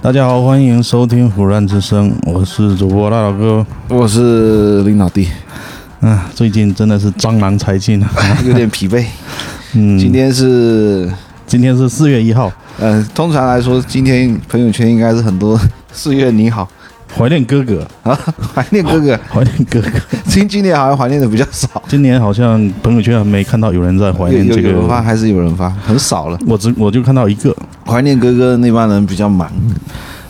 大家好，欢迎收听《腐烂之声》，我是主播大老哥。我是林老 弟，嗯、最近真的是蟑螂才尽啊。有点疲惫。嗯，今天是，今天是四月一号，呃，通常来说，今天朋友圈应该是很多四月你好 怀念哥哥，啊，怀念哥 哥。怀念哥哥。今今年好像怀念的比较少，今年好像朋友圈还没看到有人在怀念有这有有人发个，还是有人发，很少了。我只我就看到一个。怀念哥哥那帮人比较忙，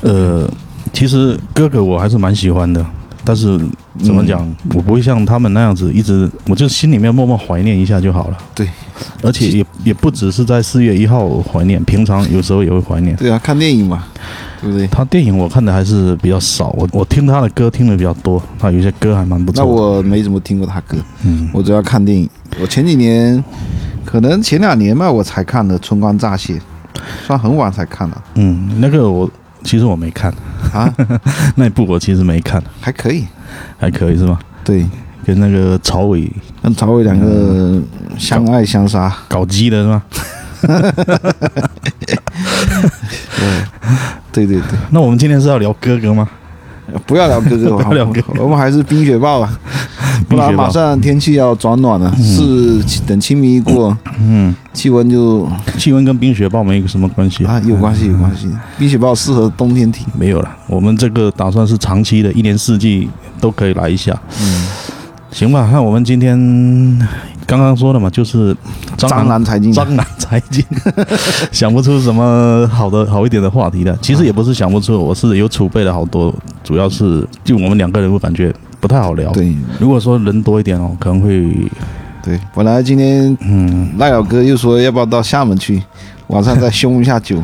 嗯呃，其实哥哥我还是蛮喜欢的，但是怎么讲，嗯我不会像他们那样子一直，我就心里面默默怀念一下就好了。对，而且也也不只是在四月一号怀念，平常有时候也会怀念。对啊，看电影嘛，对不对？他电影我看的还是比较少，我我听他的歌听的比较多，他有些歌还蛮不错。那我没怎么听过他歌，嗯，我主要看电影。我前几年，可能前两年吧，我才看的《春光乍泄》，算很晚才看的嗯，那个我其实我没看， 啊，那一部我其实没看，还可以。还可以是吗？对，跟那个曹伟跟曹伟两嗯个相爱相杀，搞基的是吗？对对对，那我们今天是要聊哥哥吗？不要聊哥哥吧， 不要聊哥我们还是冰雪 暴吧，不然马上天气要转暖了，是等清明一过，嗯，气温就气温跟冰雪暴没什么关系啊有关嗯系有关系，冰雪暴适合冬天听，没有了，我们这个打算是长期的，一年四季都可以来一下，嗯，行吧？那我们今天刚刚说的嘛，就是蟑蟑螂螂才进来，蟑螂才尽， 想不出什么好的好一点的话题的。其实也不是想不出，我是有储备了好多，主要是就我们两个人，我感觉不太好聊。，对如果说人多一点哦，可能会对，本来今天嗯，赖老哥又说要不要到厦门去，晚上再凶一下酒，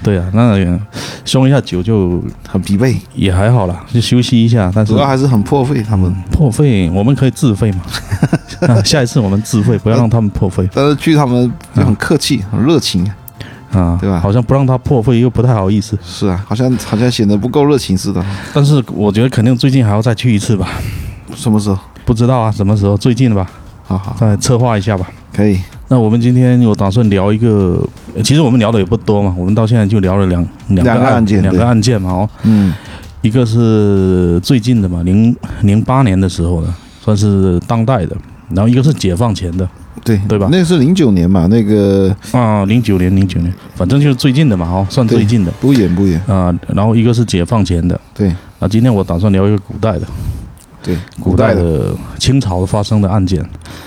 对啊，那也凶一下酒就很疲惫，也还好啦，就休息一下。但是主要还是很破费他们。破费我们可以自费 嘛，啊下一次我们自费，不要让他们破费但是据他们就很客气，很热情，啊，对吧好像不让他破费又不太好意思，是啊，好像好像显得不够热情似的。但是我觉得肯定最近还要再去一次吧，什么时候？不知道啊，什么时候最近吧，好好，再策划一下吧。可以。那我们今天有打算聊一个，呃其实我们聊的也不多嘛，我们到现在就聊了两两个两个案件两对个案件嘛哦，嗯，一个是最近的嘛，零零八年的时候的，算是当代的，然后一个是解放前的对对吧那个是零九年嘛，那个啊，零九年零九年，反正就是最近的嘛哦，算对最近的不远不远。啊，然后一个是解放前的，对啊，今天我打算聊一个古代的，对，古代的清朝发生的案件，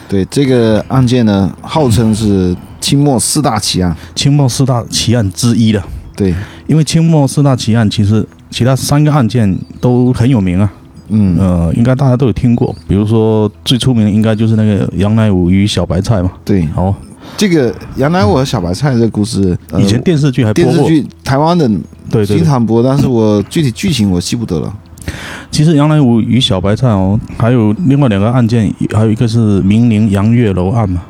对这个案件呢，号称是清末四大奇案。清末四大奇案之一的，啊对，因为清末四大奇案其实其他三个案件都很有名啊。嗯，呃，应该大家都有听过，比如说最出名的应该就是那个杨乃武与小白菜嘛。对，哦，这个杨乃武和小白菜这个故事，呃以前电视剧还播电视过，剧台湾的对对经对。常播，但是我具体剧情我记不得了。其实杨乃武与小白菜哦，还有另外两个案件，还有一个是明陵杨月楼案嘛，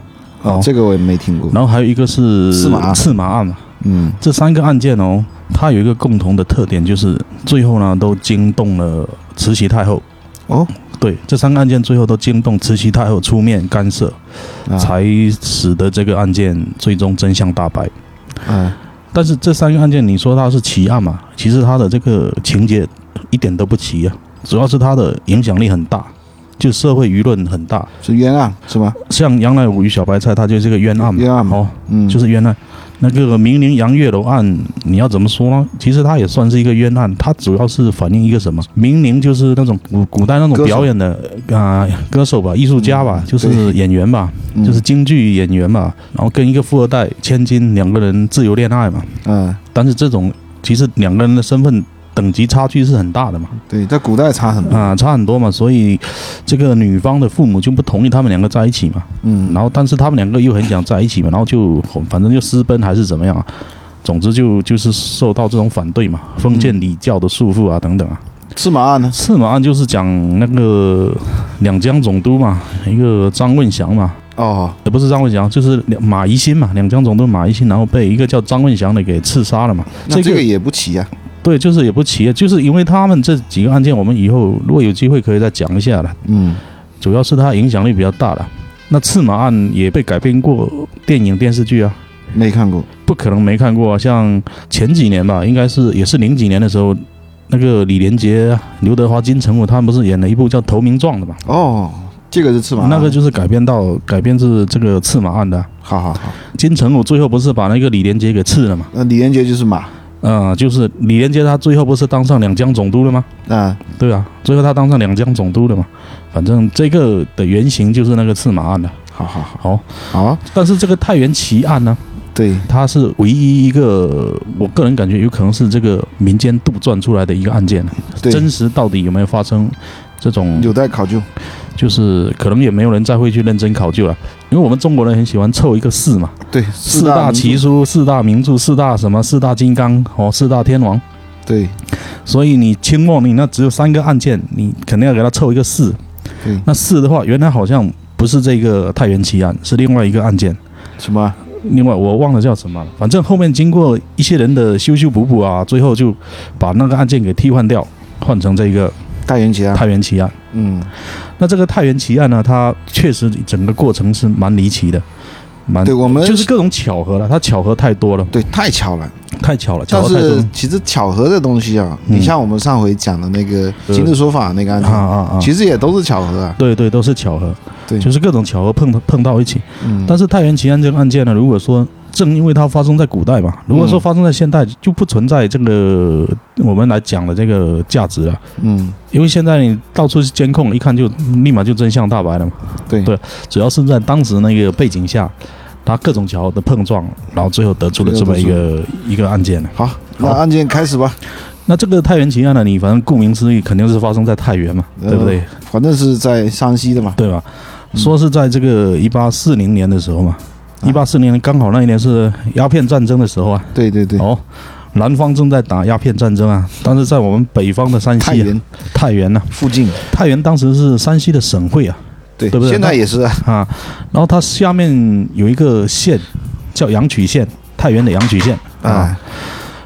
啊，哦这个我也没听过。然后还有一个是刺马案刺马案嘛。嗯，这三个案件哦，它有一个共同的特点，就是最后呢都惊动了慈禧太后。哦，对，这三个案件最后都惊动慈禧太后出面干涉，啊才使得这个案件最终真相大白。啊，但是这三个案件，你说它是奇案嘛？其实它的这个情节一点都不奇啊，主要是它的影响力很大，就社会舆论很大。是冤案是吗？像杨乃武与小白菜，它就是个冤案嘛，冤案嘛，哦，嗯，就是冤案。那个明陵杨月楼案，你要怎么说呢？其实它也算是一个冤案，它主要是反映一个什么？明陵就是那种古古代那歌种手表演的啊、歌手吧、艺术家吧，嗯就是对演员吧，嗯就是京剧演员嘛，然后跟一个富二代千金两个人自由恋爱嘛。嗯，但是这种其实两个人的身份等级差距是很大的嘛，对，在古代差很多。啊、差很多嘛，所以这个女方的父母就不同意他们两个在一起嘛，嗯，然后但是他们两个又很想在一起嘛，然后就反正就私奔还是怎么样、啊，总之就就是受到这种反对嘛，封建礼教的束缚啊等等啊。司马案呢？赤马案就是讲那个两江总督嘛，一个张问祥嘛，呃哦，也不是张问祥，就是两马宜兴嘛，两江总督马宜兴，然后被一个叫张问祥的给刺杀了嘛。那这个也不奇啊。对，就是也不奇，就是因为他们这几个案件，我们以后如果有机会可以再讲一下了。嗯，主要是它影响力比较大了。那赤马案也被改编过电影电视剧啊，没看过，不可能没看过啊。像前几年吧，应该是也是零几年的时候，那个李连杰、刘德华、金城武他们不是演了一部叫《投名状》的嘛？哦，这个是赤马，那个，就是改编到改编自这个刺马案的啊。好好好，金城武最后不是把那个李连杰给刺了嘛？那李连杰就是马，嗯、就是李连杰他最后不是当上两江总督了吗？啊，对啊，最后他当上两江总督了嘛。反正这个的原型就是那个刺马案的。好好好，好，好，啊但是这个太原奇案呢，对，它是唯一一个，我个人感觉有可能是这个民间杜撰出来的一个案件，对真实到底有没有发生？这种有待考究，就是可能也没有人再会去认真考究了，因为我们中国人很喜欢凑一个四嘛，对，四大名著奇，书、四大名著、四大什么、四大金刚哦、四大天王，对，所以你清末你那只有三个案件，你肯定要给它凑一个四。对，那四的话，原来好像不是这个太原奇案，是另外一个案件。什么？另外我忘了叫什么了，反正后面经过一些人的修修补补啊，最后就把那个案件给替换掉，换成这个大元节啊，太原奇案。嗯，那这个太原奇案呢，它确实整个过程是蛮离奇的，蛮对我们就是各种巧合了，它巧合太多了，对，太巧了。太巧了，巧但合太多是了其实巧合的东西啊，嗯你像我们上回讲的那个呃今日说法那个案啊件，啊啊！其实也都是巧合啊。对对，都是巧合，对就是各种巧合碰碰到一起。嗯，但是太原奇案这个案件呢，如果说正因为它发生在古代嘛，如果说嗯发生在现代，就不存在这个我们来讲的这个价值了。嗯，因为现在你到处是监控，一看就立马就真相大白了嘛。对对主要是在当时那个背景下，它各种巧合的碰撞，然后最后得出了这么一个一个案件呢。好，那好案件开始吧。那这个太原奇案呢，你反正顾名思义，肯定是发生在太原嘛，嗯对不对？反正是在山西的嘛，对吧？嗯说是在这个一八四零年的时候嘛，啊一八四零年刚好那一年是鸦片战争的时候啊。对对对，哦，南方正在打鸦片战争啊，但是在我们北方的山太西、啊、原太原呢、附近，太原当时是山西的省会啊。对对不对现在也是啊，啊，然后它下面有一个县叫阳曲县，太原的阳曲县啊，啊，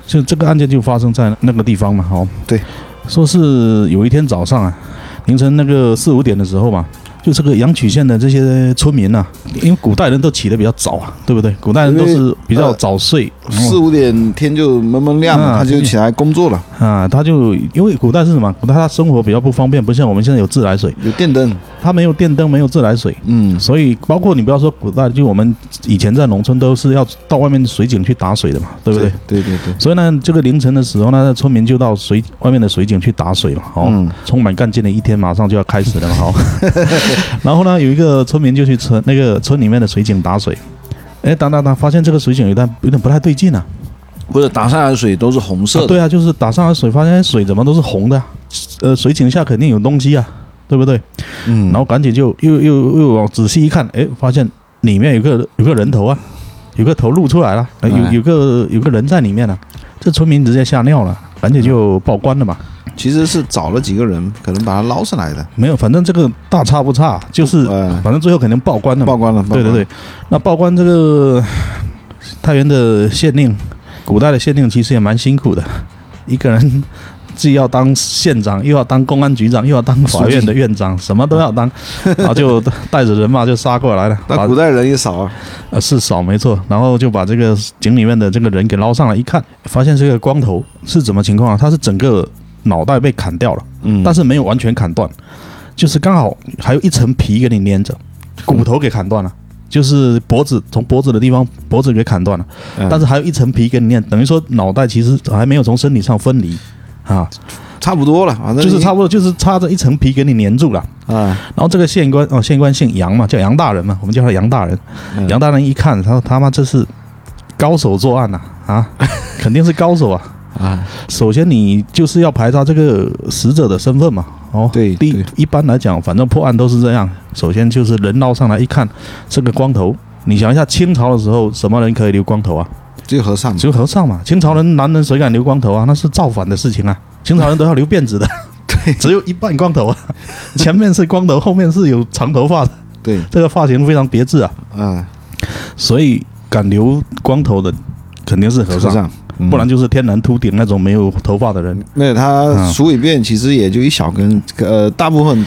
就这个案件就发生在那个地方嘛，哦，对，说是有一天早上啊，凌晨那个四五点的时候嘛。就这个阳曲县的这些村民呐、因为古代人都起得比较早啊，对不对？古代人都因是比较呃早睡，四五点天就蒙蒙亮了，啊他就起来工作了，啊，他就因为古代是什么？古代他生活比较不方便，不像我们现在有自来水，有电灯，他没有电灯，没有自来水，嗯，所以，包括你不要说古代，就我们以前在农村都是要到外面水井去打水的嘛，对不对？？对对对，所以呢，这个凌晨的时候呢，村民就到水外面的水井去打水嘛，哦，嗯充满干劲的一天马上就要开始了嘛，哦。然后呢，有一个村民就去村那个村里面的水井打水，哎，打打打，发现这个水井有点有点不太对劲啊。或者打上来的水都是红色啊的，对啊，就是打上来水，发现水怎么都是红的啊、呃，水井下肯定有东西啊，对不对？嗯然后赶紧就又又又往仔细一看，哎，发现里面有个有个人头啊，有个头露出来了，呃有哎有个有个人在里面了、啊这村民直接吓尿了，赶紧就报官了嘛。其实是找了几个人，可能把他捞上来的，没有，反正这个大差不差，就是呃，反正最后肯定报官了嘛。曝光了，嗯对对曝光了，对，那报官这个太原的县令，古代的县令其实也蛮辛苦的，一个人既要当县长，又要当公安局长，又要当法院的院长，什么都要当，然后就带着人马就杀过来了，把 那古代人也少啊，呃是少没错，然后就把这个井里面的这个人给捞上来，一看发现是个光头，是怎么情况啊？他是整个脑袋被砍掉了，嗯但是没有完全砍断，就是刚好还有一层皮给你粘着，骨头给砍断了，就是脖子从脖子的地方脖子给砍断了，嗯但是还有一层皮给你粘，等于说脑袋其实还没有从身体上分离啊，差不多了，反正就是差不多就是插着一层皮给你粘住了。啊，然后这个县官哦，县官姓杨嘛，叫杨大人嘛，我们叫他杨大人。嗯杨大人一看，他说他妈这是高手作案呐啊肯定是高手啊！啊，首先你就是要排查这个死者的身份嘛。哦，对第对一般来讲，反正破案都是这样，首先就是人捞上来一看，这个光头。你想一下，清朝的时候什么人可以留光头啊？就和尚嘛只有和尚嘛。清朝人男人谁敢留光头啊？那是造反的事情啊！清朝人都要留辫子 的，对，只有一半光头啊，前面是光头，后面是有长头发的。对，这个发型非常别致啊，啊，所以敢留光头的肯定是和和尚。尚，嗯不然就是天然秃顶那种没有头发的人。那嗯他数一遍，其实也就一小根，呃，大部分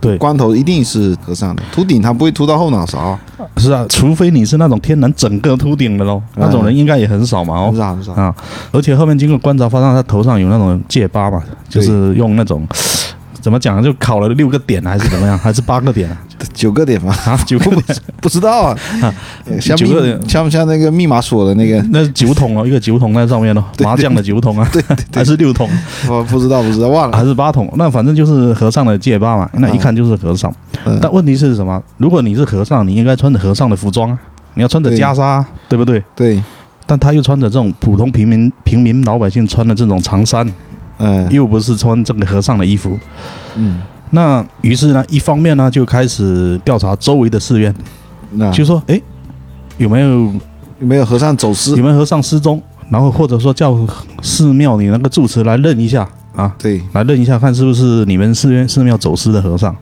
对，光头一定是和尚的，秃顶他不会秃到后脑勺，是啊，除非你是那种天然整个秃顶的喽，嗯那种人应该也很少嘛哦很。少很少。啊，而且后面经过观察，发现他头上有那种戒疤嘛，就是用那种怎么讲啊，就烤了六个点还是怎么 样，还是八个点啊？九个点吧，啊，九个点， 不知道啊，呃像九个点密像不像那个密码锁的 那个？那是酒桶哦，一个酒桶在上面哦，麻将的酒桶啊，对对 还对，是六桶，我不知道不知道忘了。还是八桶？那反正就是和尚的戒疤嘛，那一看就是和尚。嗯但问题是什么？如果你是和尚，你应该穿着和尚的服装啊，你要穿着对袈裟啊，对不对？对，但他又穿着这种普通平民平民老百姓穿的这种长衫，嗯又不是穿这个和尚的衣服，嗯，那于是呢，一方面呢就开始调查周围的寺院，那就说诶，有没有有没有和尚走失有？没有和尚失踪？然后或者说叫寺庙里那个住持来认一下啊，对，来认一下看是不是你们寺院寺庙走失的和尚。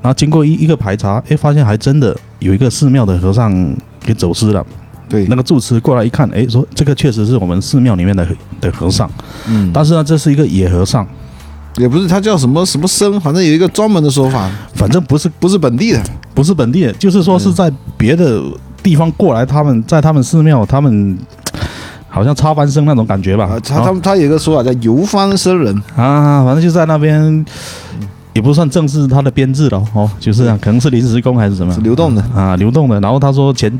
然后经过一一个排查，诶，发现还真的有一个寺庙的和尚给走失了。对那，个住持过来一看，诶，说这个确实是我们寺庙里面的的和尚，嗯，但是呢，这是一个野和尚，也不是他叫什么什么僧，反正有一个专门的说法，反正不是不是本地的。不是本地人，就是说嗯是在别的地方过来，他们在他们寺庙，他们好像插班生那种感觉吧。哦啊，他他们他有一个说法叫游方僧人，啊，反正就在那边，也不算正式他的编制了哦，就是、啊、可能是临时工还是什么嗯是流动的。啊，流动的。然后他说前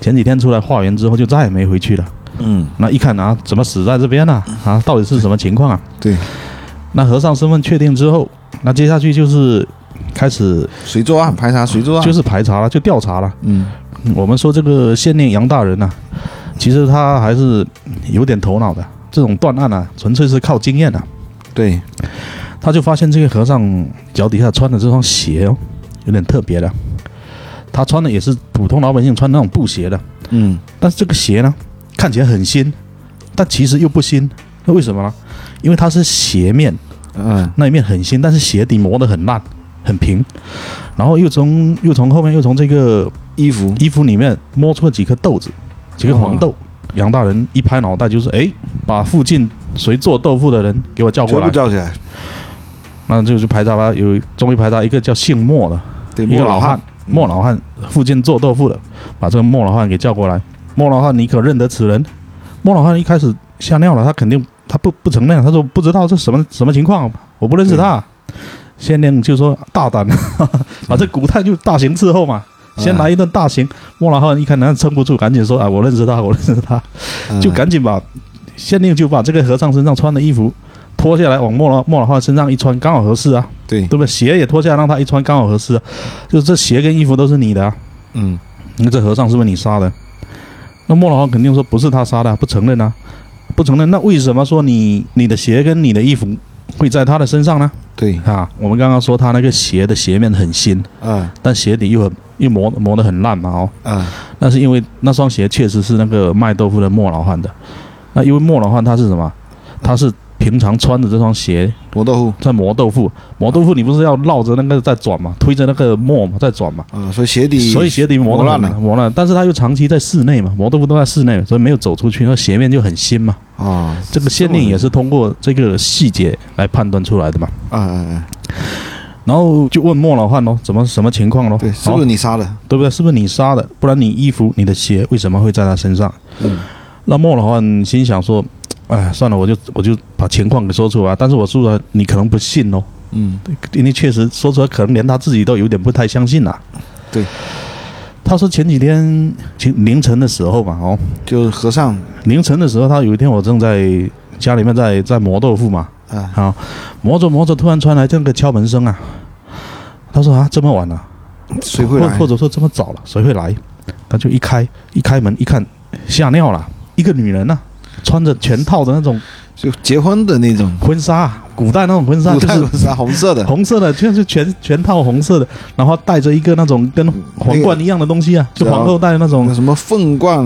前几天出来化缘之后就再也没回去了。嗯，那一看啊，怎么死在这边了啊到底是什么情况啊？对，那和尚身份确定之后，那接下去就是开始谁作案排查谁作案，就是排查了，就调查了。嗯，嗯我们说这个县令杨大人呐、其实他还是有点头脑的。这种断案啊，纯粹是靠经验的、啊对，他就发现这个和尚脚底下穿的这双鞋哦，有点特别的。他穿的也是普通老百姓穿那种布鞋的，嗯，但是这个鞋呢，看起来很新，但其实又不新。那为什么呢？因为它是鞋面，嗯，那一面很新，但是鞋底磨得很烂，很平。然后又从又从后面又从这个衣服，哦衣服里面摸出了几颗豆子，几颗黄豆。杨大人一拍脑袋，就是哎，把附近谁做豆腐的人给我叫过全来部。叫起来，那就是排查吧，有终于排查一个叫姓莫的，对，一个莫老汉汉，，莫老汉附近做豆腐的，把这个莫老汉给叫过来。莫老汉，你可认得此人？莫老汉一开始吓尿了，他肯定他不不承认，啊他说不知道这什么什么情况，我不认识他。县令就说大胆， 反正古代就大刑伺候嘛，先来一顿大刑。莫老汉一看，那撑不住，赶紧说啊，我认识他，我认识他，嗯就赶紧把县令就把这个和尚身上穿的衣服脱下来，往莫老莫老汉身上一穿，刚好合适啊。对，对不对？鞋也脱下来让他一穿刚好合适啊，就是这鞋跟衣服都是你的啊，嗯，那这和尚是不是你杀的？那莫老汉肯定说不是他杀的啊，不承认啊，不承认。那为什么说你你的鞋跟你的衣服会在他的身上呢？对，啊，我们刚刚说他那个鞋的鞋面很新，啊但鞋底又很又磨磨得很烂嘛哦，啊，那是因为那双鞋确实是那个卖豆腐的莫老汉的。那因为莫老汉他是什么？他是平常穿着这双鞋磨豆腐，在磨豆腐，磨豆腐你不是要绕着那个在转嘛，推着那个磨嘛在转嘛，啊，所以鞋底，所以鞋底磨磨烂得很了，磨烂。但是它又长期在室内嘛，磨豆腐都在室内，所以没有走出去，那鞋面就很新嘛。啊，这个县令也是通过这个细节来判断出来的嘛。啊啊啊，然后就问莫老汉咯，怎么什么情况咯？对，是不好是你杀的？对不对？是不是你杀的？不然你衣服、你的鞋为什么会在他身上？嗯，那莫老汉心想说，哎，算了，我就我就把情况给说出来。啊但是我说出来，你可能不信哦。嗯，因为确实说出来，可能连他自己都有点不太相信了、对，他说前几天前凌晨的时候嘛，哦，就是和尚，凌晨的时候，他有一天我正在家里面在在磨豆腐嘛，啊，啊，磨着磨着，突然传来这个敲门声啊。他说啊，这么晚了、谁会或来或？者说这么早了，谁会来？他就一开一开门一看，吓尿了，一个女人呐、啊穿着全套的那种就结婚的那种，婚纱啊，古代那种婚纱，古就代是婚纱，红色的，红色的，就是全全套红色的，然后带着一个那种跟皇冠一样的东西啊，那个就皇后戴的那种那什么凤冠，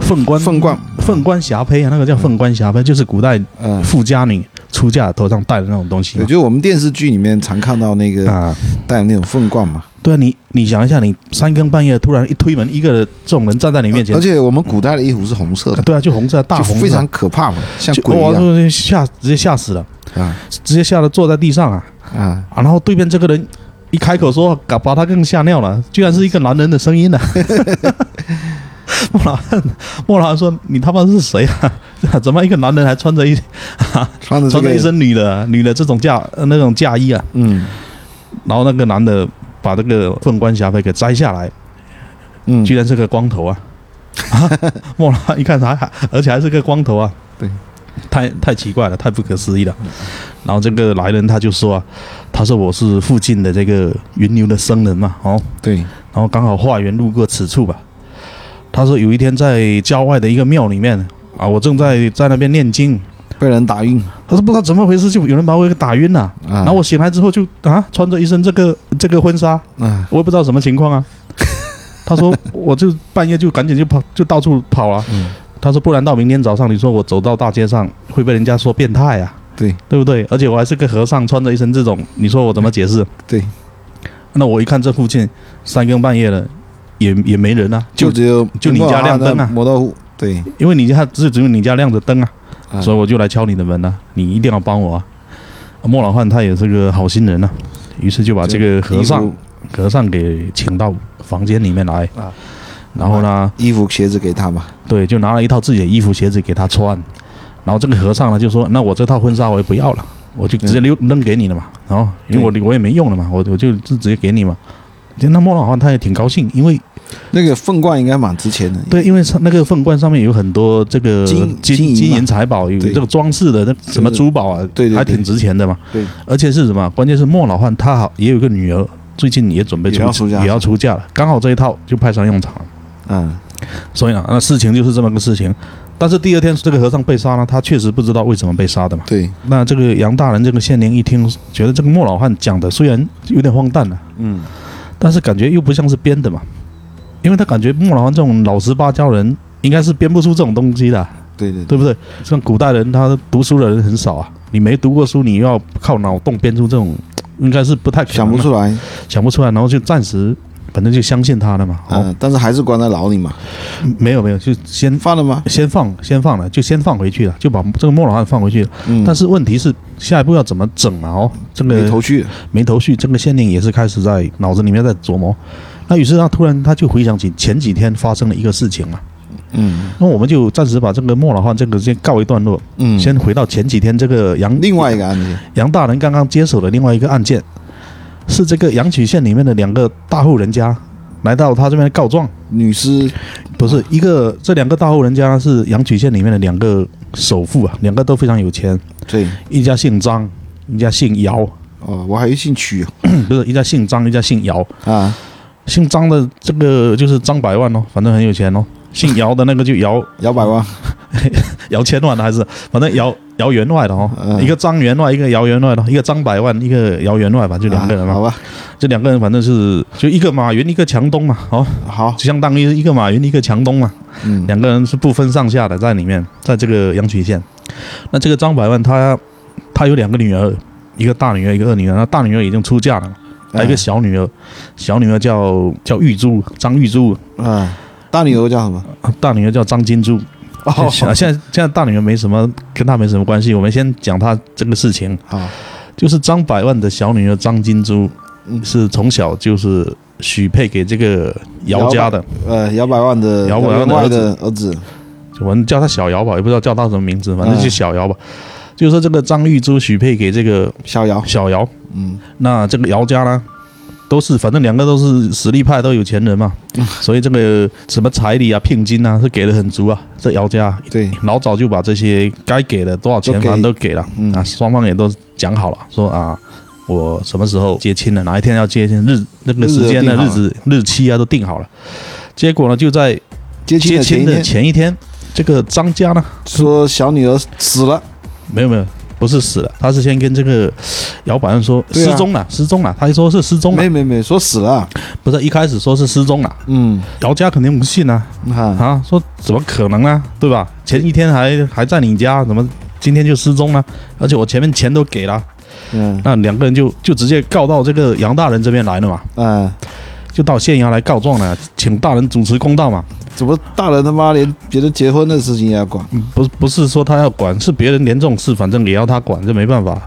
凤冠凤冠，凤冠霞帔啊，那个叫凤冠霞帔，就是古代嗯，富家女出嫁头上戴的那种东西对，嘛就是我们电视剧里面常看到那个啊。戴那种凤冠嘛，对啊，你你想一下，你三更半夜突然一推门，一个这种人站在你面前而，且我们古代的衣服是红色的，对啊，就红色大就红色，非常可怕嘛，像就鬼一哇样就吓直接吓死了，啊直接吓得坐在地上啊啊！啊！然后对面这个人一开口说，搞把他更吓尿了，居然是一个男人的声音呢、啊。莫老汉，莫老汉说：“你他妈是谁啊？怎么一个男人还穿着一 穿着这穿着一个，身女的啊女的这种嫁呃那种嫁衣啊？”嗯然后那个男的把这个凤冠霞帔给摘下来，嗯，居然是个光头啊！啊， 莫拉一看他还，而且还是个光头啊！对，太太奇怪了，太不可思议了。然后这个来人他就说、啊，他说我是附近的这个云牛的僧人嘛，哦，对，然后刚好化缘路过此处吧。他说有一天在郊外的一个庙里面啊，我正在在那边念经，被人打晕他说不知道怎么回事，就有人把我给打晕了、啊，然后我醒来之后就啊，穿着一身这个这个婚纱，啊，我也不知道什么情况啊。他说，我就半夜就赶紧就跑，就到处跑啊。嗯他说，不然到明天早上，你说我走到大街上会被人家说变态啊，对对不对？而且我还是个和尚，穿着一身这种，你说我怎么解释？嗯对，那我一看这附近三更半夜了，也也没人啊，就就只有就你家亮灯啊磨到户，对，因为你家只只有你家亮着灯啊，啊所以我就来敲你的门啊，你一定要帮我啊。莫老汉他也是个好心人啊，于是就把这个和尚衣服和尚给请到房间里面来啊，然后呢，衣服鞋子给他嘛，对，就拿了一套自己的衣服鞋子给他穿，然后这个和尚呢就说：“那我这套婚纱我也不要了，我就直接留扔给你了嘛。”然后因为我我也没用了嘛，我我就直接给你嘛。那莫老汉他也挺高兴，因为那个凤冠应该蛮值钱的，对，因为上那个凤冠上面有很多这个金金银金嘛银财宝，有对这个装饰的那什么珠宝啊，对对对还挺值钱的嘛。对，而且是什么？关键是莫老汉他好也有个女儿，最近也准备也要出嫁也要出嫁了，刚好这一套就派上用场了。嗯所以呢，那事情就是这么个事情。但是第二天这个和尚被杀呢，他确实不知道为什么被杀的嘛。对，那这个杨大人这个县令一听，觉得这个莫老汉讲的虽然有点荒诞了、嗯但是感觉又不像是编的嘛，因为他感觉莫老汉这种老实巴交人，应该是编不出这种东西的啊，对对对不对？像古代人，他读书的人很少啊，你没读过书，你又要靠脑洞编出这种，应该是不太可能想不的出来，想不出来，然后就暂时。反正就相信他了嘛，哦，嗯，但是还是关在牢里嘛，没有没有，就先放了吗？先放先放了，就先放回去了，就把这个莫老汉放回去了。嗯，但是问题是下一步要怎么整啊？哦，这没个头绪，没头绪，这个县令也是开始在脑子里面在琢磨。那于是他突然他就回想起前几天发生的一个事情嘛，啊嗯那我们就暂时把这个莫老汉这个先告一段落，嗯，先回到前几天这个杨另外一个案件，杨大人刚刚接手的另外一个案件，是这个阳曲县里面的两个大户人家来到他这边告状，女尸不是一个，这两个大户人家是阳曲县里面的两个首富啊，两个都非常有钱，对，一家姓张，一家姓姚，哦，我还有姓曲不是一家姓张，一家姓姚。啊，姓张的这个就是张百万哦，反正很有钱哦。姓姚的那个就姚摇百万，姚千万的还是，反正姚姚员外的哦，嗯一个张员外，一个姚员外的，一个张百万，一个姚员外吧，就两个人啊嘛。好吧，这两个人反正是就一个马云，一个强东嘛，哦，好，相当于一个马云，一个强东嘛。嗯两个人是不分上下的，在里面，在这个阳曲县。那这个张百万他他有两个女儿，一个大女儿，一个二女儿。那大女儿已经出嫁了嘛，哎还有一个小女儿，小女儿叫叫玉珠，张玉珠，啊，大女儿叫什么？啊大女儿叫张金珠。哦，现在现在现在大女儿没什么跟她没什么关系，我们先讲她这个事情， 好，就是张百万的小女儿张金珠嗯是从小就是许配给这个姚家的，呃，摇百万的摇百万的摇儿员外子的儿子，我们叫他小姚吧，也不知道叫他什么名字，反正嗯就小姚吧。就是说这个张玉珠许配给这个逍遥，小姚，嗯那这个姚家呢，都是反正两个都是实力派，都有钱人嘛，嗯所以这个什么彩礼啊、聘金啊是给的很足啊。这姚家对，老早就把这些该给的多少钱都给反正都给了，嗯啊，双方也都讲好了，说啊，我什么时候接亲了，哪一天要接亲，日那个时间的日日子子日期啊都定好了。结果呢，就在接接亲的前一亲的天前一天，这个张家呢。说小女儿死了，没有没有，不是死了，他是先跟这个姚百万说、对啊失踪了，失踪了。他说是失踪了没，没没，说死了，不是一开始说是失踪了，嗯，姚家肯定不信啊哈，啊，说怎么可能啊，对吧？前一天还还在你家，怎么今天就失踪了？而且我前面钱都给了，嗯那两个人就就直接告到这个杨大人这边来了嘛。啊，就到县衙来告状了，请大人主持公道嘛。怎么大人他妈连别人结婚的事情也要管？不不是说他要管，是别人连这种事反正也要他管，这没办 法。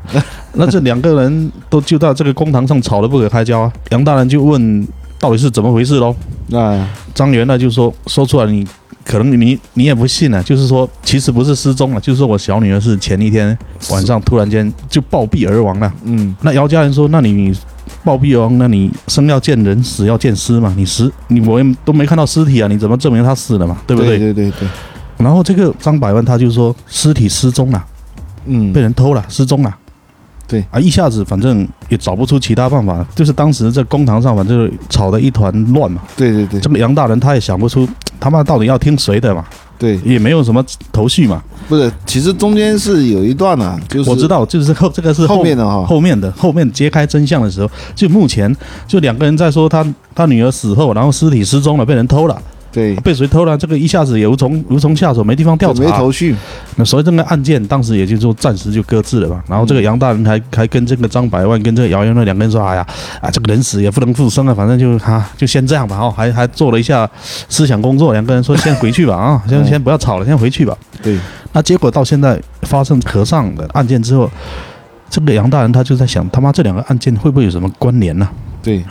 那这两个人都就到这个公堂上吵得不可开交啊。杨大人就问到底是怎么回事喽？哎，张元呢就说说出来你可能你你也不信啊，就是说其实不是失踪了，啊就是说我小女儿是前一天晚上突然间就暴毙而亡了。啊嗯，那姚家人说，那你暴毙亡，那你生要见人，死要见尸嘛，你死你我也都没看到尸体啊，你怎么证明他死了嘛？对不对？对对对对，然后这个张百万他就说尸体失踪了，嗯被，人偷了，失踪了。对啊，一下子反正也找不出其他办法，就是当时在公堂上反正吵得一团乱嘛。对对对这个杨大人他也想不出他妈到底要听谁的嘛，对，也没有什么头绪嘛。不是，其实中间是有一段啊，就是我知道，就是后这个是后后面的哈，后面的后面揭开真相的时候，就目前就两个人在说他他女儿死后，然后尸体失踪了，被人偷了，对，被谁偷了？这个一下子也无从无从下手，没地方调查。没头绪，那所以这个案件当时也就就暂时就搁置了吧。然后这个杨大人还还跟这个张百万跟这个姚元那两个人说：“哎呀，啊这个人死也不能复生啊，反正就哈、就先这样吧。”哦，还还做了一下思想工作，两个人说：“先回去吧，啊，先先不要吵了，先回去吧。”对，那结果到现在发生和尚的案件之后，这个杨大人他就在想，他妈这两个案件会不会有什么关联呢、对，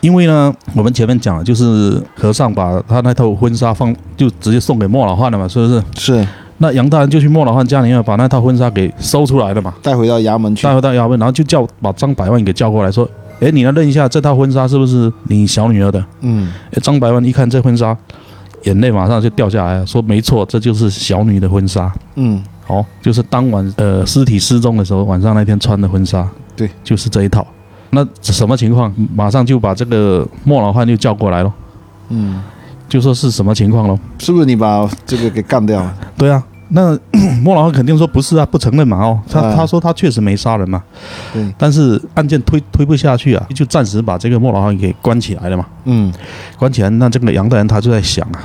因为呢，我们前面讲了，就是和尚把他那套婚纱放，就直接送给莫老汉了嘛，是不是？是那杨大人就去莫老汉家里面把那套婚纱给搜出来了嘛，带回到衙门去带，回到衙门，然后就叫把张百万给叫过来说。哎，你来认一下这套婚纱是不是你小女儿的？嗯，诶张百万一看这婚纱，眼泪马上就掉下来了，说：“没错，这就是小女的婚纱。”嗯，哦，就是当晚呃尸体失踪的时候，晚上那天穿的婚纱，对，就是这一套。那什么情况？马上就把这个莫老汉就叫过来咯，嗯，就说是什么情况咯。是不是你把这个给干掉了？对啊，那 莫老汉肯定说不是啊，不承认嘛哦，他、啊他说他确实没杀人嘛，对，但是案件推推不下去啊，就暂时把这个莫老汉给关起来了嘛。嗯，关起来，那这个杨大人他就在想啊，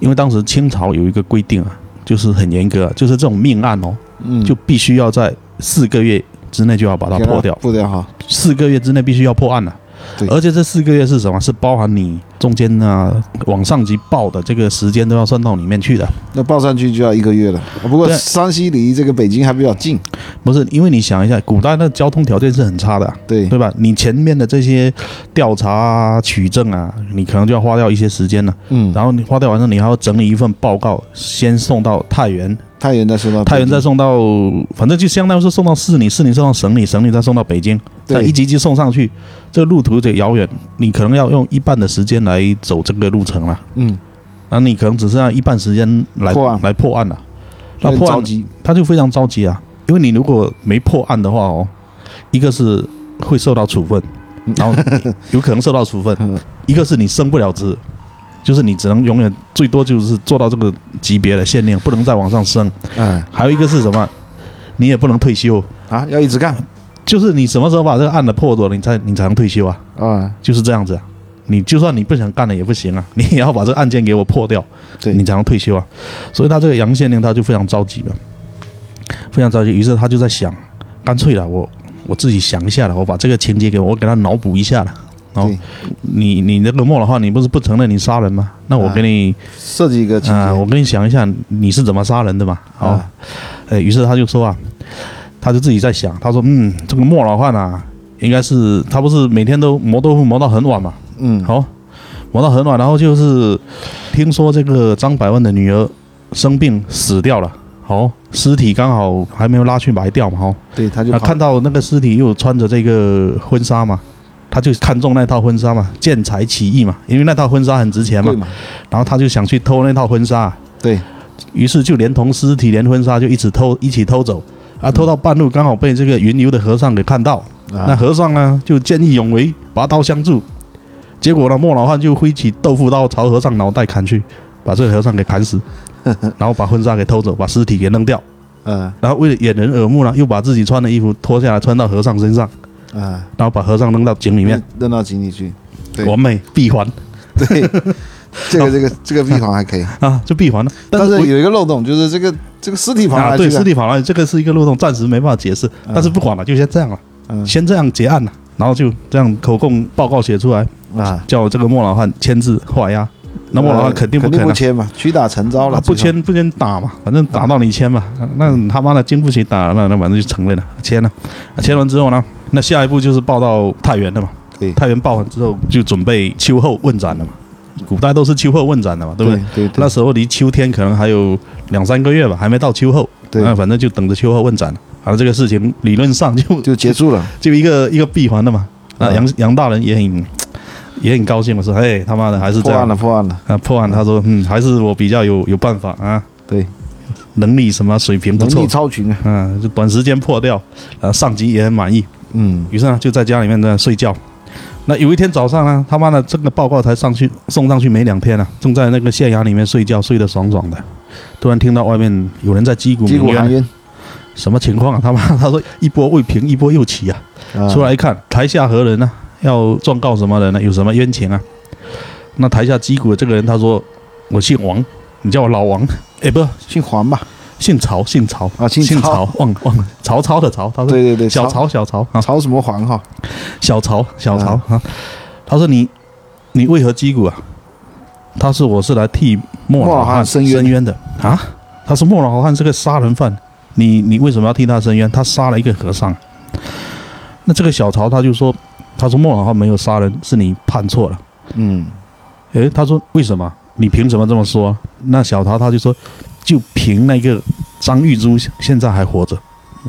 因为当时清朝有一个规定啊，就是很严格啊、就是这种命案哦，嗯，就必须要在四个月之内就要把它给破掉。破掉哈，四个月之内必须要破案了、啊对而且这四个月是什么？是包含你中间呢往上级报的这个时间都要算到里面去的。那报上去就要一个月了。啊不过对山西离这个北京还比较近，不是，因为你想一下，古代那交通条件是很差的啊、对，对吧？你前面的这些调查啊、取证啊，你可能就要花掉一些时间了。嗯，然后你花掉完之后，你还要整理一份报告，先送到太原，太原再说到太原再在送到，反正就相当于是送到市里，市里送到省里，省里再送到北京，对再一级级送上去。这个路途得遥远，你可能要用一半的时间来走这个路程了。嗯，那你可能只剩下一半时间来破案来破案了。那很破着案急，他就非常着急啊，因为你如果没破案的话哦，一个是会受到处分，然后有可能受到处分嗯，一个是你升不了职，就是你只能永远最多就是做到这个级别的限令，不能再往上升。哎，还有一个是什么？你也不能退休，啊，要一直干就是你什么时候把这个案子破了，你才你才能退休啊，啊，就是这样子、啊。你就算你不想干了也不行啊，你也要把这个案件给我破掉，对你，才能退休啊。所以他这个杨县令他就非常着急了，非常着急，于是他就在想，干脆了，我我自己想一下了，我把这个情节给我，我给他脑补一下了。然后对你你那个莫老汉，你不是不承认你杀人吗？那我给你设计一个情啊、节，我给你想一下你是怎么杀人的嘛。好、啊，呃，于是他就说啊，他就自己在想，他说，嗯，这个莫老汉啊，应该是他不是每天都磨豆腐磨到很晚嘛，嗯，好、磨到很晚，然后就是听说这个张百万的女儿生病死掉了，好、尸体刚好还没有拉去埋掉嘛，哦，对，他就啊，跑看到那个尸体又穿着这个婚纱嘛。他就看中那套婚纱嘛，见财起意嘛，因为那套婚纱很值钱嘛对，嘛，然后他就想去偷那套婚纱、啊对，于是就连同尸体、连婚纱就一起偷、一起偷走。啊，偷到半路刚好被这个云游的和尚给看到，那啊，和尚呢就见义勇为，拔刀相助。结果呢，莫老汉就挥起豆腐刀朝和尚脑袋砍去，把这个和尚给砍 死，然后把婚纱给偷走，把尸体给扔掉。啊然后为了掩人耳目呢，又把自己穿的衣服脱下来穿到和尚身上，啊，然后把和尚扔到井里面，扔到井里去，对完美闭环对，这个 这个这个闭环还可以，啊，就闭环了。但我是有一个漏洞，就是这个这个尸体跑啊，哪去对，了？尸体跑了，这个是一个漏洞，暂时没办法解释。啊 但是不管了，就先这样了，嗯先这样结案了，然后就这样口供报告写出来。啊，呃叫这个莫老汉签字画押，那莫老汉肯定不不肯啊不签嘛，屈打成招了，啊不最后签不签打嘛，反正打到你签嘛，啊那他妈的经不起打，那那反正就承认了，签了。啊签完之后呢，那下一步就是报到太原了嘛。对太原报完之后就准备秋后问斩了嘛。古代都是秋后问斩的嘛，对不对？对对对那时候离秋天可能还有两三个月吧，还没到秋后。对那嗯反正就等着秋后问斩了。反正这个事情理论上就就结束了，就一个一个闭环的嘛。啊，嗯杨杨大人也很也很高兴，我说，哎，他妈的还是这破案样了，破案了，啊，破案。他说，嗯，还是我比较有有办法啊，对，能力什么水平不能错力，超群啊，嗯、就短时间破掉，呃，上级也很满意。嗯，于是呢，就在家里面呢睡觉。那有一天早上呢，他妈的这个报告才上去送上去没两天啊，正在那个县衙里面睡觉，睡得爽爽的，突然听到外面有人在击鼓击鸣鼓含冤，冤，什么情况啊？他妈，他说一波未平，一波又起啊！啊出来一看，台下何人呢、要状告什么人呢？有什么冤情啊？那台下击鼓的这个人，他说：“我姓王，你叫我老王。哎，不，姓黄吧？姓曹，姓曹啊姓姓曹曹，忘了忘了，曹操的曹。”他说对对：“对，小曹曹，小曹啊，曹什么黄哈？小曹，小曹啊。”他说：“你，你为何击鼓啊？”他说：“我是来替莫莫老老汉汉申冤的啊。”他说：“莫老汉是个杀人犯，你你为什么要替他申冤？他杀了一个和尚。”那这个小曹他就说：“他说莫老汉没有杀人，是你判错了。嗯，”诶，他说：“为什么？你凭什么这么说？”那小曹他就说：“就凭那个张玉珠现在还活着。”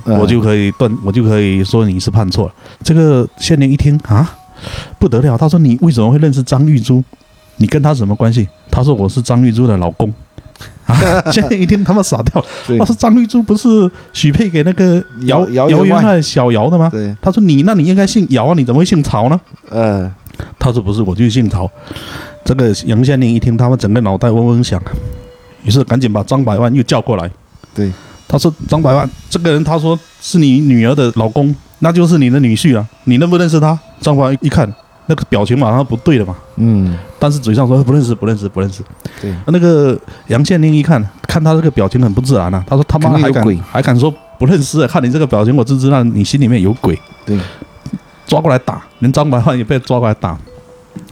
呃我就可以断，我就可以说你是判错了。这个县令一听啊，不得了，他说你为什么会认识张玉珠？你跟他什么关系？他说我是张玉珠的老公。啊， 县令一听他妈傻掉了，对他说张玉珠不是许配给那个姚姚姚姚员员外外小姚的吗？对，他说你那你应该姓姚啊，你怎么会姓曹呢？呃，他说不是，我就是姓曹。这个杨县令一听，他们整个脑袋嗡嗡响，于是赶紧把张百万又叫过来。对，他说张百万这个人，他说是你女儿的老公，那就是你的女婿啊，你认不认识他？张百万一看那个表情马上不对了嘛，嗯，但是嘴上说不认识，不认识，不认识。对，那个杨县令一看，看他这个表情很不自然啊，他说他妈肯定还有鬼敢还敢说不认识、啊看你这个表情，我就知道你心里面有鬼。对，抓过来打，连张百万也被抓过来打。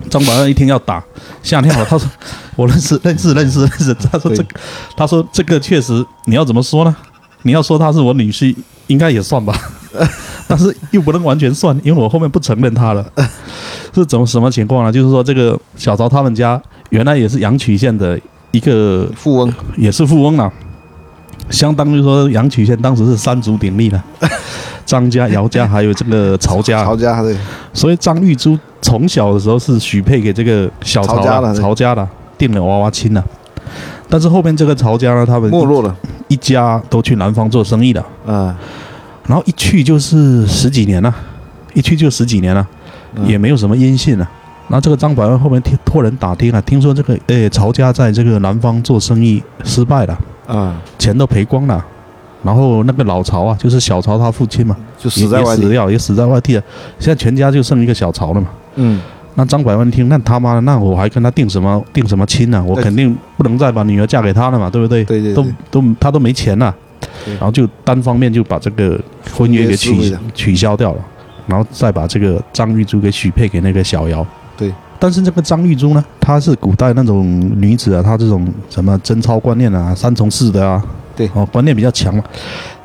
张百万一听要打，吓尿了。他说：“ 我认识，认识，认识，认识。”他说：“对这，他说这个确实，你要怎么说呢？你要说他是我女婿，应该也算 吧，但是又不能完全算，因为我后面不承认他了。是怎么什么情况呢？就是说，这个小曹他们家原来也是阳曲县的一个，富翁，也是富翁啊，相当于说阳曲县当时是三足鼎立了，张家、姚家还有这个曹家啊，曹家对，所以张玉珠从小的时候是许配给这个小曹曹家的了，曹家的定了娃娃亲了。但是后面这个曹家呢，他们没落了，一家都去南方做生意了，嗯，然后一去就是十几年了，一去就十几年了，嗯也没有什么音信了。然后这个张百万后面听托人打听啊，听说这个诶、曹家在这个南方做生意失败了，啊，钱都赔光了。然后那个老曹啊，就是小曹他父亲嘛，就也死在外也死地，掉，也死在外地了。现在全家就剩一个小曹了嘛。嗯，那张百万听，那他妈的，那我还跟他定什么定什么亲呢、我对肯定不能再把女儿嫁给他了嘛，对不对？对对都对，都他都没钱了、对然后就单方面就把这个婚约给取婚约撕毁了取消掉了，然后再把这个张玉珠给许配给那个小姚。对。但是这个张玉珠呢，她是古代那种女子啊，她这种什么贞操观念啊、三从四德啊，对哦，观念比较强嘛。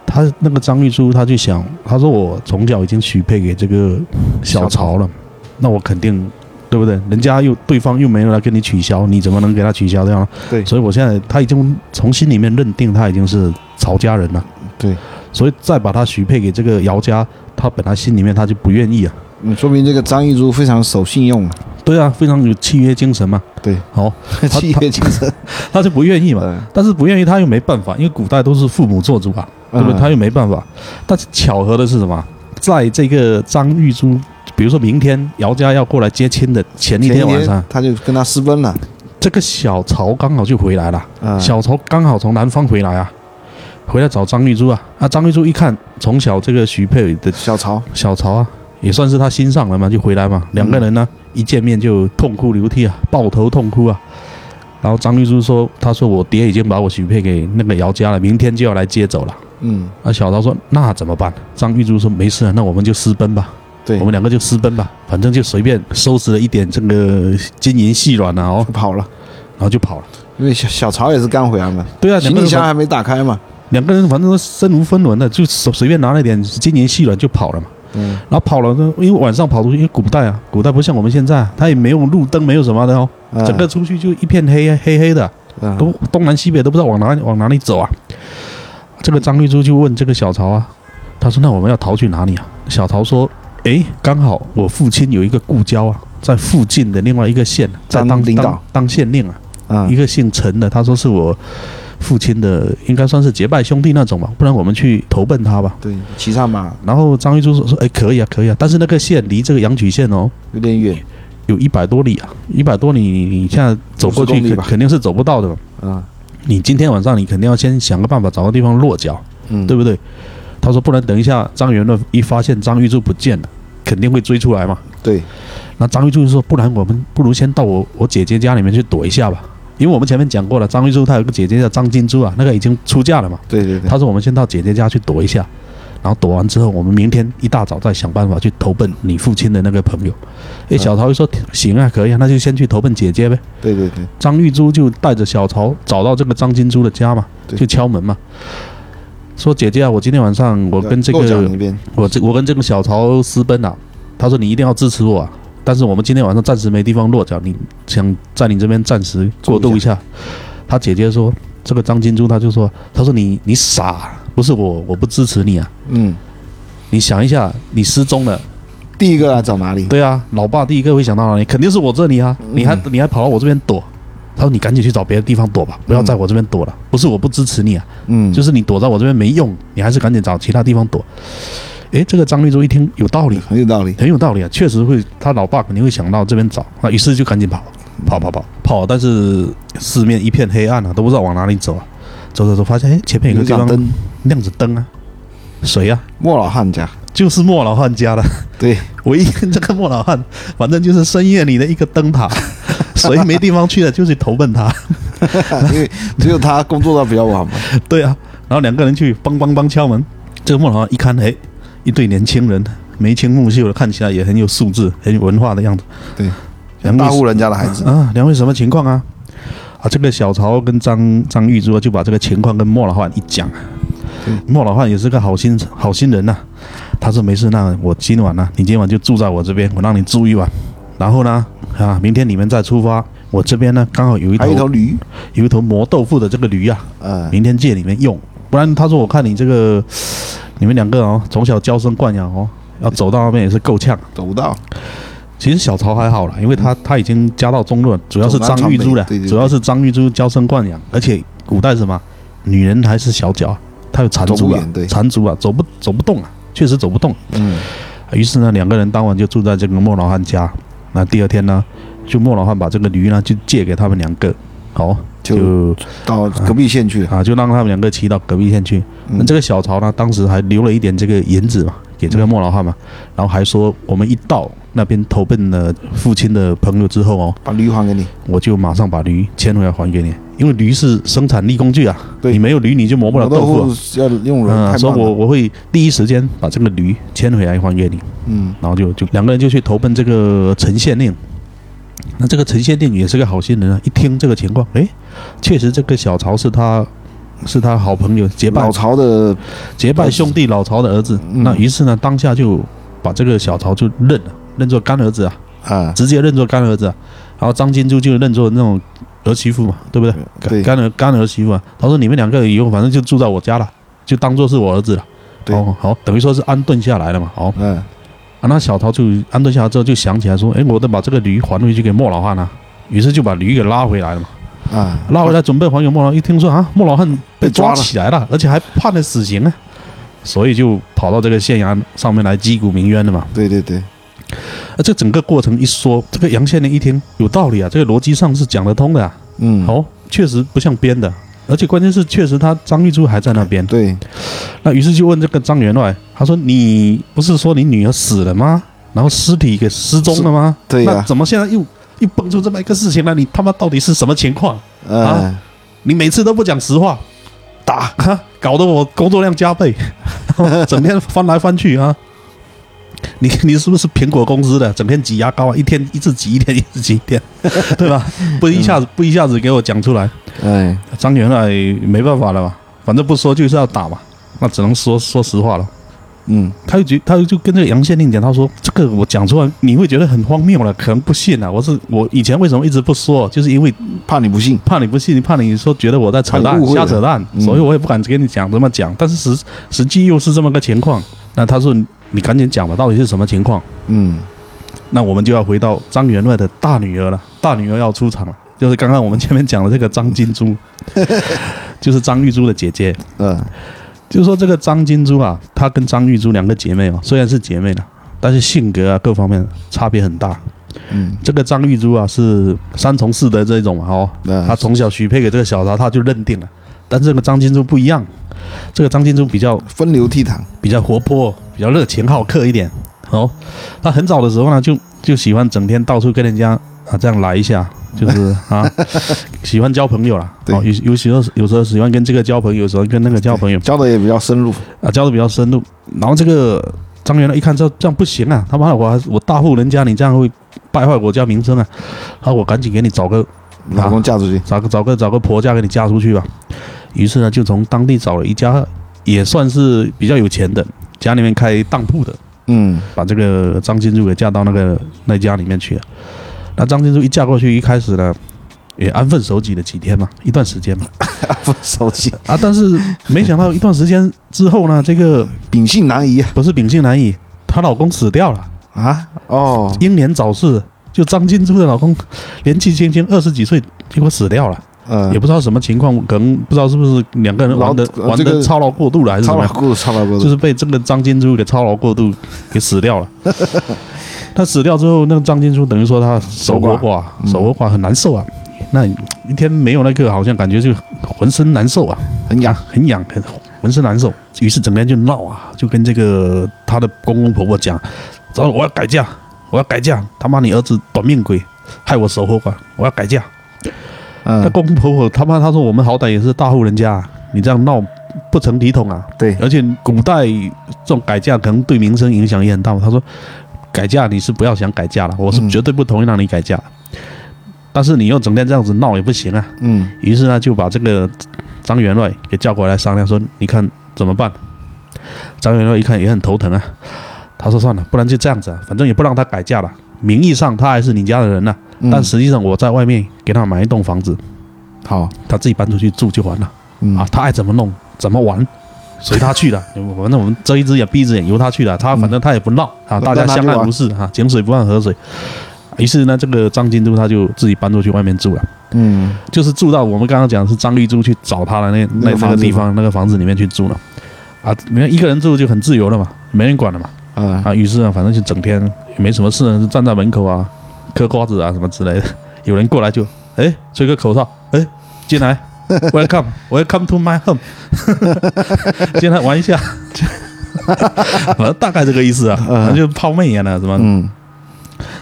她那个张玉珠，她就想，她说我从小已经许配给这个小小曹曹了，那我肯定对不对？人家又对方又没有来跟你取消，你怎么能给他取消掉呢？对所以我现在他已经从心里面认定他已经是曹家人了，对，所以再把他许配给这个姚家，他本来心里面他就不愿意啊。嗯，说明这个张玉珠非常守信用啊，对啊，非常有契约精神嘛。对，好，他契约精 神，他就不愿意嘛。嗯但是不愿意他又没办法，因为古代都是父母做主啊，对不对？嗯他又没办法。但是巧合的是什么？在这个张玉珠，比如说明天姚家要过来接亲的前一前一天晚上，他就跟他私奔了，这个小曹刚好就回来了。啊，小曹刚好从南方回来啊，回来找张玉珠啊。啊，张玉珠一看，从小这个许配的小曹，小曹啊，也算是他心上人嘛，就回来嘛。两个人呢，一见面就痛哭流涕啊，抱头痛哭啊。然后张玉珠说：“他说我爹已经把我许配给那个姚家了，明天就要来接走了。”嗯，啊，小曹说：“那怎么办？”张玉珠说：“没事啊，那我们就私奔吧。”对我，们两个就私奔吧，反正就随便收拾了一点这个金银细软啊，哦，跑了，然后就跑了。因为小小曹也是刚回来嘛，对啊，两行个李人箱反还没打开嘛，两个人反正都身无分文的，就随随便拿了一点金银细软就跑了嘛。嗯，然后跑了呢，因为晚上跑出去，因为古代啊，古代不像我们现在，它也没有路灯，没有什么的哦，啊整个出去就一片黑黑黑的，啊东东南西北都不知道往哪往哪里走啊。这个张玉珠就问这个小曹啊，他说：“那我们要逃去哪里啊？”小曹说：“诶，刚好我父亲有一个故交啊，在附近的另外一个县，在当当领导当当县令啊，啊一个姓陈的，他说是我父亲的，应该算是结拜兄弟那种吧，不然我们去投奔他吧。”对，骑上马然后张玉珠说：“说，哎，可以啊，可以啊，但是那个县离这个阳曲县哦，有点远有一百多里啊，一百多里，你你现在走过去50公里肯吧肯定是走不到的。啊，你今天晚上你肯定要先想个办法找个地方落脚，嗯，对不对？”他说：“不然等一下张元乐一发现张玉柱不见了，肯定会追出来嘛。对，”那张玉柱就说：“不然我们不如先到我我姐姐家里面去躲一下吧，因为我们前面讲过了，张玉柱他有个姐姐叫张金珠啊，那个已经出嫁了嘛。”对对对，他说我们先到姐姐家去躲一下，然后躲完之后，我们明天一大早再想办法去投奔你父亲的那个朋友。诶，嗯小曹就说行啊，可以啊，那就先去投奔姐姐呗。对对对，张玉珠就带着小曹找到这个张金珠的家嘛，对就敲门嘛，说姐姐啊，我今天晚上我跟这落脚个那边，我这我跟这个小曹私奔啊，他说你一定要支持我啊。但是我们今天晚上暂时没地方落脚，你想在你这边暂时过渡一下。他姐姐说，这个张金珠他就说，他说你你傻，不是我，我不支持你啊。嗯，你想一下，你失踪了，第一个来找哪里？对啊，老爸第一个会想到哪里？肯定是我这里啊，你还、你还跑到我这边躲。他说你赶紧去找别的地方躲吧，不要在我这边躲了。不是我不支持你啊，嗯，就是你躲在我这边没用，你还是赶紧找其他地方躲。诶，这个张玉珠一听有道理，嗯很有道理，很有道理啊，确实会，他老爸肯定会想到这边找，那于是就赶紧跑，跑跑跑跑，但是四面一片黑暗啊，都不知道往哪里走啊，走走走，发现哎，前面有有个地盏方灯，亮着灯啊，谁呀、莫老汉家，就是莫老汉家的， 对， 唯一这个莫老汉，反正就是深夜里的一个灯塔， 谁没地方去了就去投奔他， 因为只有他工作到比较晚嘛，对啊，然后两个人去梆梆梆敲门，这个莫老汉一看，哎，一对年轻人眉清目秀的，看起来也很有素质、很有文化的样子，对，两位大户人家的孩子，啊，两位什么情况啊？啊，这个小曹跟张张玉珠啊就把这个情况跟莫老汉一讲啊对，莫老汉也是个好心好心人呐、啊他说没事，那我今晚呢、啊你今晚就住在我这边，我让你住一晚，然后呢，啊，明天你们再出发。我这边呢刚好嗯有一头还有一头驴，有一头磨豆腐的这个驴啊，呃，明天借你们用，不然他说我看你这个你们两个哦，从小娇生惯养哦，要走到那边也是够呛。走不到，其实小曹还好啦，因为他他已经家道中落了，主要是张玉珠的嗯走南闯北对对，对主要是张玉珠娇生惯养，而且古代什么女人还是小脚，她有缠走足不啊远对，缠足啊，走不走不动啊，确实走不动。嗯，于是呢，两个人当晚就住在这个莫老汉家。那第二天呢，就莫老汉把这个驴呢就借给他们两个，好、就就到隔壁县去了，啊就让他们两个骑到隔壁县去。那嗯这个小曹呢，当时还留了一点这个银子嘛，给这个莫老汉嘛，嗯然后还说我们一到那边投奔了父亲的朋友之后哦，把驴还给你，我就马上把驴牵回来还给你，因为驴是生产力工具啊，对你没有驴你就磨不了磨豆豆腐啊、腐要用人嗯，太所以慢我了，我会第一时间把这个驴牵回来还给你，嗯，然后就就两个人就去投奔这个陈县令。那这个陈县令也是个好心人啊，一听这个情况，诶，确实这个小曹是他是他好朋友结拜老曹的结拜兄弟老曹的儿子，嗯那于是呢，当下就把这个小曹就认了，认作干儿子啊，啊，直接认作干儿子啊、然后张金珠就认作那种儿媳妇嘛，对不对？对干干儿干儿媳妇啊，他说你们两个以后反正就住在我家了，就当做是我儿子了。对哦，好，等于说是安顿下来了嘛。好，嗯，啊，那小曹就安顿下来之后，就想起来说，哎，我得把这个驴还回去给莫老汉啊。于是就把驴给拉回来了嘛，啊，拉回来准备还给莫老汉。一听说啊，莫老汉被被抓抓了起来了，而且还判了死刑啊，所以就跑到这个县衙上面来击鼓鸣冤了嘛。对对对，啊，这整个过程一说，这个杨县令一听有道理啊，这个逻辑上是讲得通的、啊，嗯，哦，确实不像编的，而且关键是确实他张玉珠还在那边，对，那于是就问这个张员外，他说你不是说你女儿死了吗？然后尸体给失踪了吗？对呀那怎么现在又又蹦出这么一个事情来？你他妈到底是什么啊情况？呃，你每次都不讲实话，打， 搞得我工作量加倍，整天翻来翻去啊。你你是不是苹果公司的？整天挤牙膏啊，一天一直挤，一天一直挤，一 天，对吧？不一下子不一下子给我讲出来，哎，张元来没办法了吧？反正不说就是要打嘛，那只能说说实话了。嗯，他就觉他就跟这个杨县令讲，他说这个我讲出来你会觉得很荒谬了，可能不信啊。我是我以前为什么一直不说，就是因为怕你不信，怕你不信，怕你说觉得我在扯怕你淡、误会了瞎扯淡，嗯所以我也不敢跟你讲这么讲。但是实实际又是这么个情况。那他说你赶紧讲吧，到底是什么情况？嗯，那我们就要回到张员外的大女儿了，大女儿要出场了，就是刚刚我们前面讲的这个张金珠， 就是张玉珠的姐姐。呃，就是说这个张金珠啊，她跟张玉珠两个姐妹哦，虽然是姐妹了，但是性格啊各方面差别很大。嗯，这个张玉珠啊是三从四德这种嘛哦，呃，她从小许配给这个小桃，她就认定了。但这个张金珠不一样，这个张金珠比较风流倜傥，比较活泼，比较热情好客一点。哦，他很早的时候呢，就就喜欢整天到处跟人家啊这样来一下，就是啊，喜欢交朋友啦。对哦，有有时候有时候喜欢跟这个交朋友，有时候跟那个交朋友教的也比较深入，啊，交的比较深入。然后这个张元呢，一看这这样不行啊，他妈的我还我大户人家，你这样会败坏我家名声啊！啊，我赶紧给你找个老公嫁出去，找个找个找个婆家给你嫁出去吧。于是呢，就从当地找了一家也算是比较有钱的，家里面开当铺的，嗯，把这个张金柱给嫁到那个那家里面去了。那张金柱一嫁过去，一开始呢，也安分守己了几天嘛，一段时间嘛不熟悉，啊，但是没想到一段时间之后呢，这个秉性难移啊，不是秉性难移，她老公死掉了，啊，哦，英年早逝。就张金珠的老公年纪轻轻二十几岁，结果死掉了。呃也，不知道什么情况，可能不知道是不是两个人玩的劳呃玩这的个操劳过度了，还是怎操么劳样，过度，操劳过就度，是被这个张金珠给操劳过度给死掉 了。他死掉之后，那个张金珠等于说他守活寡，嗯守活寡很难受啊。那一天没有那个，好像感觉就浑身难受啊，很痒，很痒，很浑身难受。于是整天就闹啊，就跟这个他的公公婆婆讲：“走，我要改嫁，我要改嫁！他妈你儿子短命鬼，害我守活寡，我要改嫁。”那嗯，公公婆婆他妈他说我们好歹也是大户人家啊，你这样闹不成体统啊！对，而且古代这种改嫁可能对民生影响也很大嘛。他说改嫁你是不要想改嫁了，我是嗯绝对不同意让你改嫁的。但是你又整天这样子闹也不行啊。嗯，于是呢就把这个张员外给叫过来商量说，你看怎么办？张员外一看也很头疼啊，他说算了，不然就这样子、啊，反正也不让他改嫁了，名义上他还是你家的人呐、嗯但实际上我在外面给他买一栋房子。好，他自己搬出去住就完了嗯，啊，他爱怎么弄怎么玩，随他 去的。反正我们睁一只眼闭一只眼，由他去的。他反正他也不闹啊，嗯大家相安无事啊，井水不犯河水。于是呢，这个张金珠他就自己搬出去外面住了，嗯，就是住到我们刚刚讲的是张玉珠去找他的那那那个那个房子地方那个房子里面去住了。啊，你看一个人住就很自由了嘛，没人管了嘛。啊，啊，于是呢，反正就整天也没什么事呢，就站在门口啊，嗑瓜子啊什么之类的。有人过来就，哎，吹个口哨，哎，进来，Welcome，Welcome to my home，进来玩一下，反正大概这个意思啊，反正就是泡妹一样的，什么、嗯，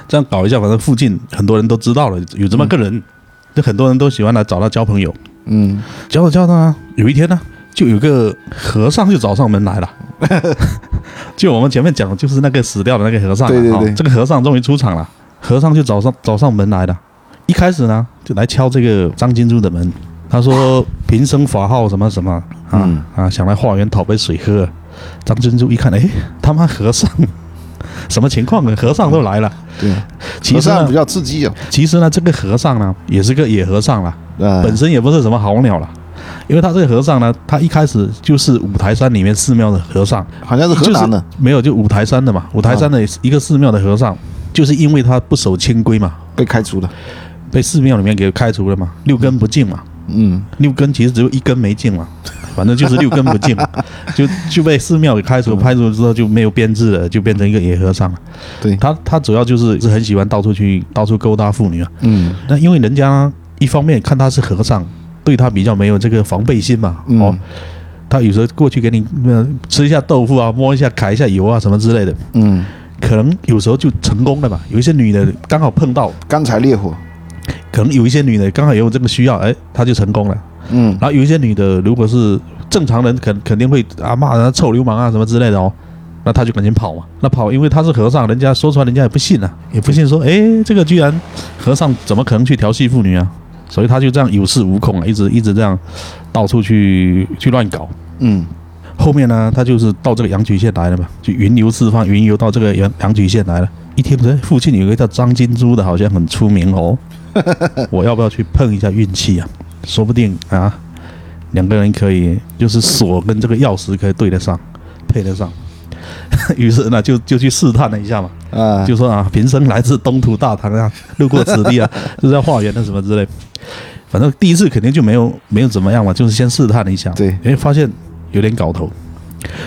这样搞一下，反正附近很多人都知道了有这么个人，就很多人都喜欢来找他交朋友。嗯，交着交着呢，有一天呢，就有个和尚就找上门来了。 就我们前面讲的，就是那个死掉的那个和尚啊、对对哦对这个和尚终于出场了。和尚就找上找上门来了，一开始呢就来敲这个张金珠的门，他 说平生法号什么什么啊、嗯啊，想来化缘讨杯水喝。张金珠一看，哎，他妈和尚， 什么情况啊？和尚都来了。对，其和实尚呢比，较刺激啊，其实呢，这个和尚呢也是个野和尚啦，啊，本身也不是什么好鸟啦，因为他这个和尚呢，他一开始就是五台山里面寺庙的和尚，好像是河南的，啊没有就五台山的嘛，五台山的一个寺庙的和尚，就是因为他不守清规嘛，被开除了，被寺庙里面给开除了嘛，六根不净嘛，嗯，六根其实只有一根没净嘛，反正就是六根不 净，就就被寺庙给开除，开除之后就没有编制了，就变成一个野和尚了。对，他他主要就是是很喜欢到处去到处勾搭妇女啊，嗯，那因为人家一方面看他是和尚，对他比较没有这个防备心嘛，嗯哦，他有时候过去给你、呃、吃一下豆腐啊，摸一下、揩一下油啊什么之类的，嗯，可能有时候就成功了嘛。有一些女的刚好碰到，干柴烈火，可能有一些女的刚好也有这个需要，哎，她就成功了。嗯，然后有一些女的如果是正常人，肯肯定会啊骂人啊、臭流氓啊什么之类的哦。那他就赶紧跑嘛。那跑，因为他是和尚，人家说出来，人家也不信啊，也不信说，哎，这个居然和尚怎么可能去调戏妇女啊？所以他就这样有恃无恐啊，一直一直这样到处去去乱搞。嗯，后面呢，他就是到这个阳曲县来了嘛，就云游四方，云游到这个阳阳曲县来了。一听说哎附近有一个叫张金珠的，好像很出名哦，我要不要去碰一下运气啊？说不定啊，两个人可以就是锁跟这个钥匙可以对得上，配得上。于是呢，就就去试探了一下嘛，啊，就说啊，贫僧来自东土大唐 啊，路过此地啊，就是要化缘的什么之类。反正第一次肯定就没有没有怎么样嘛，就是先试探了一下，对哎，发现有点搞头。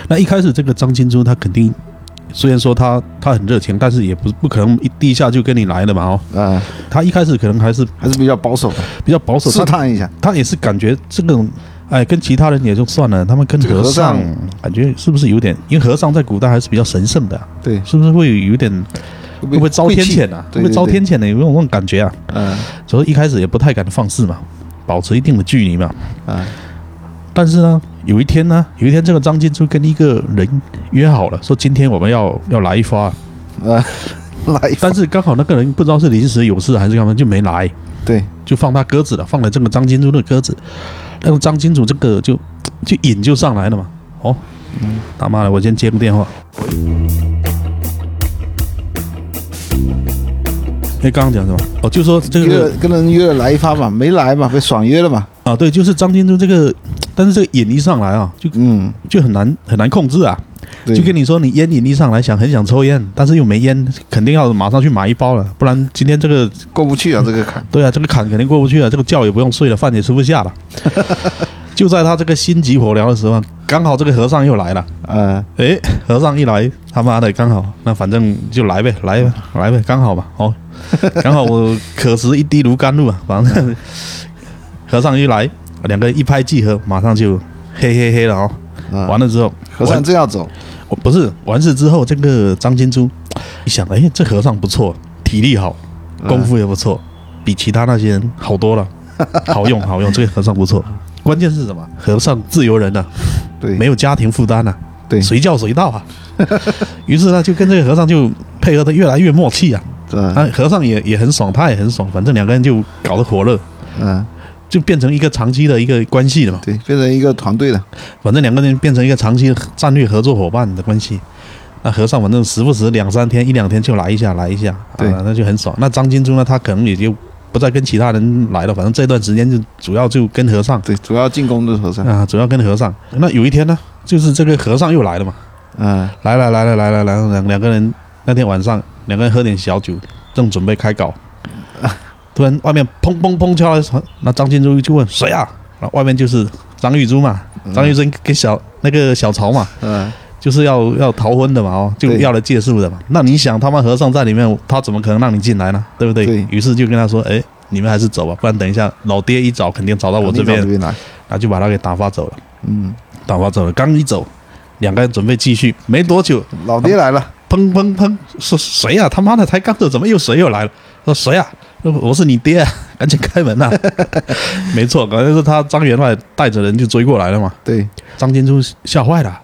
那一开始这个张金珠她肯定，虽然说她她很热情，但是也不不可能一第一下就跟你来了嘛哦。啊，她一开始可能还是还是比较保守的，比较保守，试她探一下，她也是感觉这种。哎，跟其他人也就算了，他们跟这个和和尚尚感觉是不是有点？因为和尚在古代还是比较神圣的啊、对，是不是会有点会会不会遭天谴啊？会对不会对遭对天谴呢？有没有那种感觉啊？嗯所以一开始也不太敢放肆嘛，保持一定的距离嘛。啊，但是呢，有一天呢，有一天这个张金珠跟一个人约好了，说今天我们要要来一发，啊， 来一发，但是刚好那个人不知道是临时有事还是干嘛，就没来，对，就放他鸽子了，放了这个张金珠的鸽子。那个张金主这个就就瘾就上来了嘛。哦，他妈的，我先接个电话。哎，刚刚讲什么？哦，就说这约个了跟人约了来一发嘛，没来嘛，被爽约了嘛，啊，对，就是张金珠这个，但是这个瘾一上来啊，就嗯，就很难很难控制啊。对，就跟你说，你烟瘾一上来，想很想抽烟，但是又没烟，肯定要马上去买一包了，不然今天这个过不去啊，这个 坎，对啊，这个坎肯定过不去啊，这个觉也不用睡了，饭也吃不下了。 就在他这个心急火燎的时候，刚好这个和尚又来了。啊，诶，和尚一来，他妈的刚好，那反正就来呗，来呗，来呗，刚好吧，哦，刚好我可食一滴炉甘露啊，反正和尚一来，两个一拍即合，马上就嘿嘿嘿了哦。啊完了之后，和尚正要走，我不是完事之后，这个张金珠一想，哎，这和尚不错，体力好，功夫也不错，比其他那些人好多了，好用好用，这个和尚不错。关键是什么？和尚自由人呐、啊对，没有家庭负担呐、啊对，随叫随到啊。 于是呢，就跟这个和尚就配合的越来越默契啊。嗯啊，和尚也也很爽，他也很爽，反正两个人就搞得火热，嗯，就变成一个长期的一个关系了嘛。对，变成一个团队了，反正两个人变成一个长期的战略合作伙伴的关系。那和尚反正时不时两三天一两天就来一下来一下，对啊，那就很爽。那张金珠呢，他可能也就不再跟其他人来了，反正这段时间就主要就跟和尚对，主要进攻的和 尚，啊，主要跟和尚。那有一天呢，就是这个和尚又来了嘛，嗯来了来了来了来了，两两个人那天晚上两个人喝点小酒，正准备开搞，突然外面砰砰砰敲来，那张金珠就问谁啊？那外面就是张玉珠嘛，张玉珠跟小那个小曹嘛，嗯，就是要要逃婚的嘛，哦，就对要来借宿的嘛。那你想，他妈和尚在里面，他怎么可能让你进来呢？对不对？对于是就跟他说，哎，你们还是走吧，不然等一下老爹一找肯定找到我这边这，边来，然后就把他给打发走了。嗯，打发走了，刚一走，两个人准备继续，没多久老爹来了，砰砰砰！说谁呀、他妈的，才刚走，怎么又谁又来了？说谁呀、说我是你爹、啊， 赶紧开门呐、没错，反正是他张员外带着人就追过来了嘛。对，张金珠吓坏了，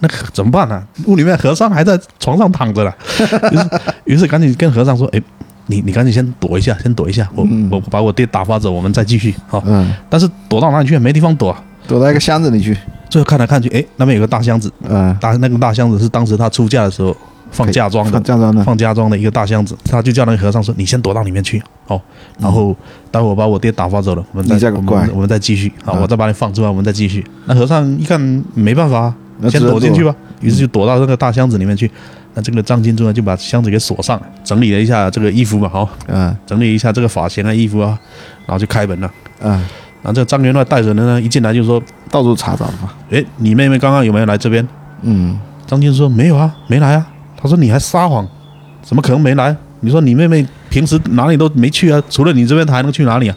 那可怎么办呢、啊屋里面和尚还在床上躺着呢。 于是，于是赶紧跟和尚说：“哎，你你赶紧先躲一下，先躲一下，我嗯我把我爹打发走，我们再继续。好，嗯，但是躲到哪里去？没地方躲啊。躲到一个箱子里去，最后看来看去，哎，那边有个大箱子，嗯，大那个大箱子是当时他出嫁的时候放嫁妆的放。嫁妆的，放家装的一个大箱子，他就叫那个和尚说：“你先躲到里面去哦，然后待会儿把我爹打发走了，我们嗯你再再我过来们我们再继续啊，嗯我再把你放出来，我们再继续。”那和尚一看没办法啊，那先只能躲进去吧，于是就躲到那个大箱子里面去。那这个张金珠呢，就把箱子给锁上了，整理了一下这个衣服嘛，好，嗯整理一下这个发型啊、衣服啊，然后就开门了。嗯，然后这个张员外带着人呢，一进来就说到处查找嘛，：“哎，你妹妹刚刚有没有来这边？”嗯，张金说没有啊，没来啊。他说你还撒谎，怎么可能没来？你说你妹妹平时哪里都没去啊，除了你这边她还能去哪里啊？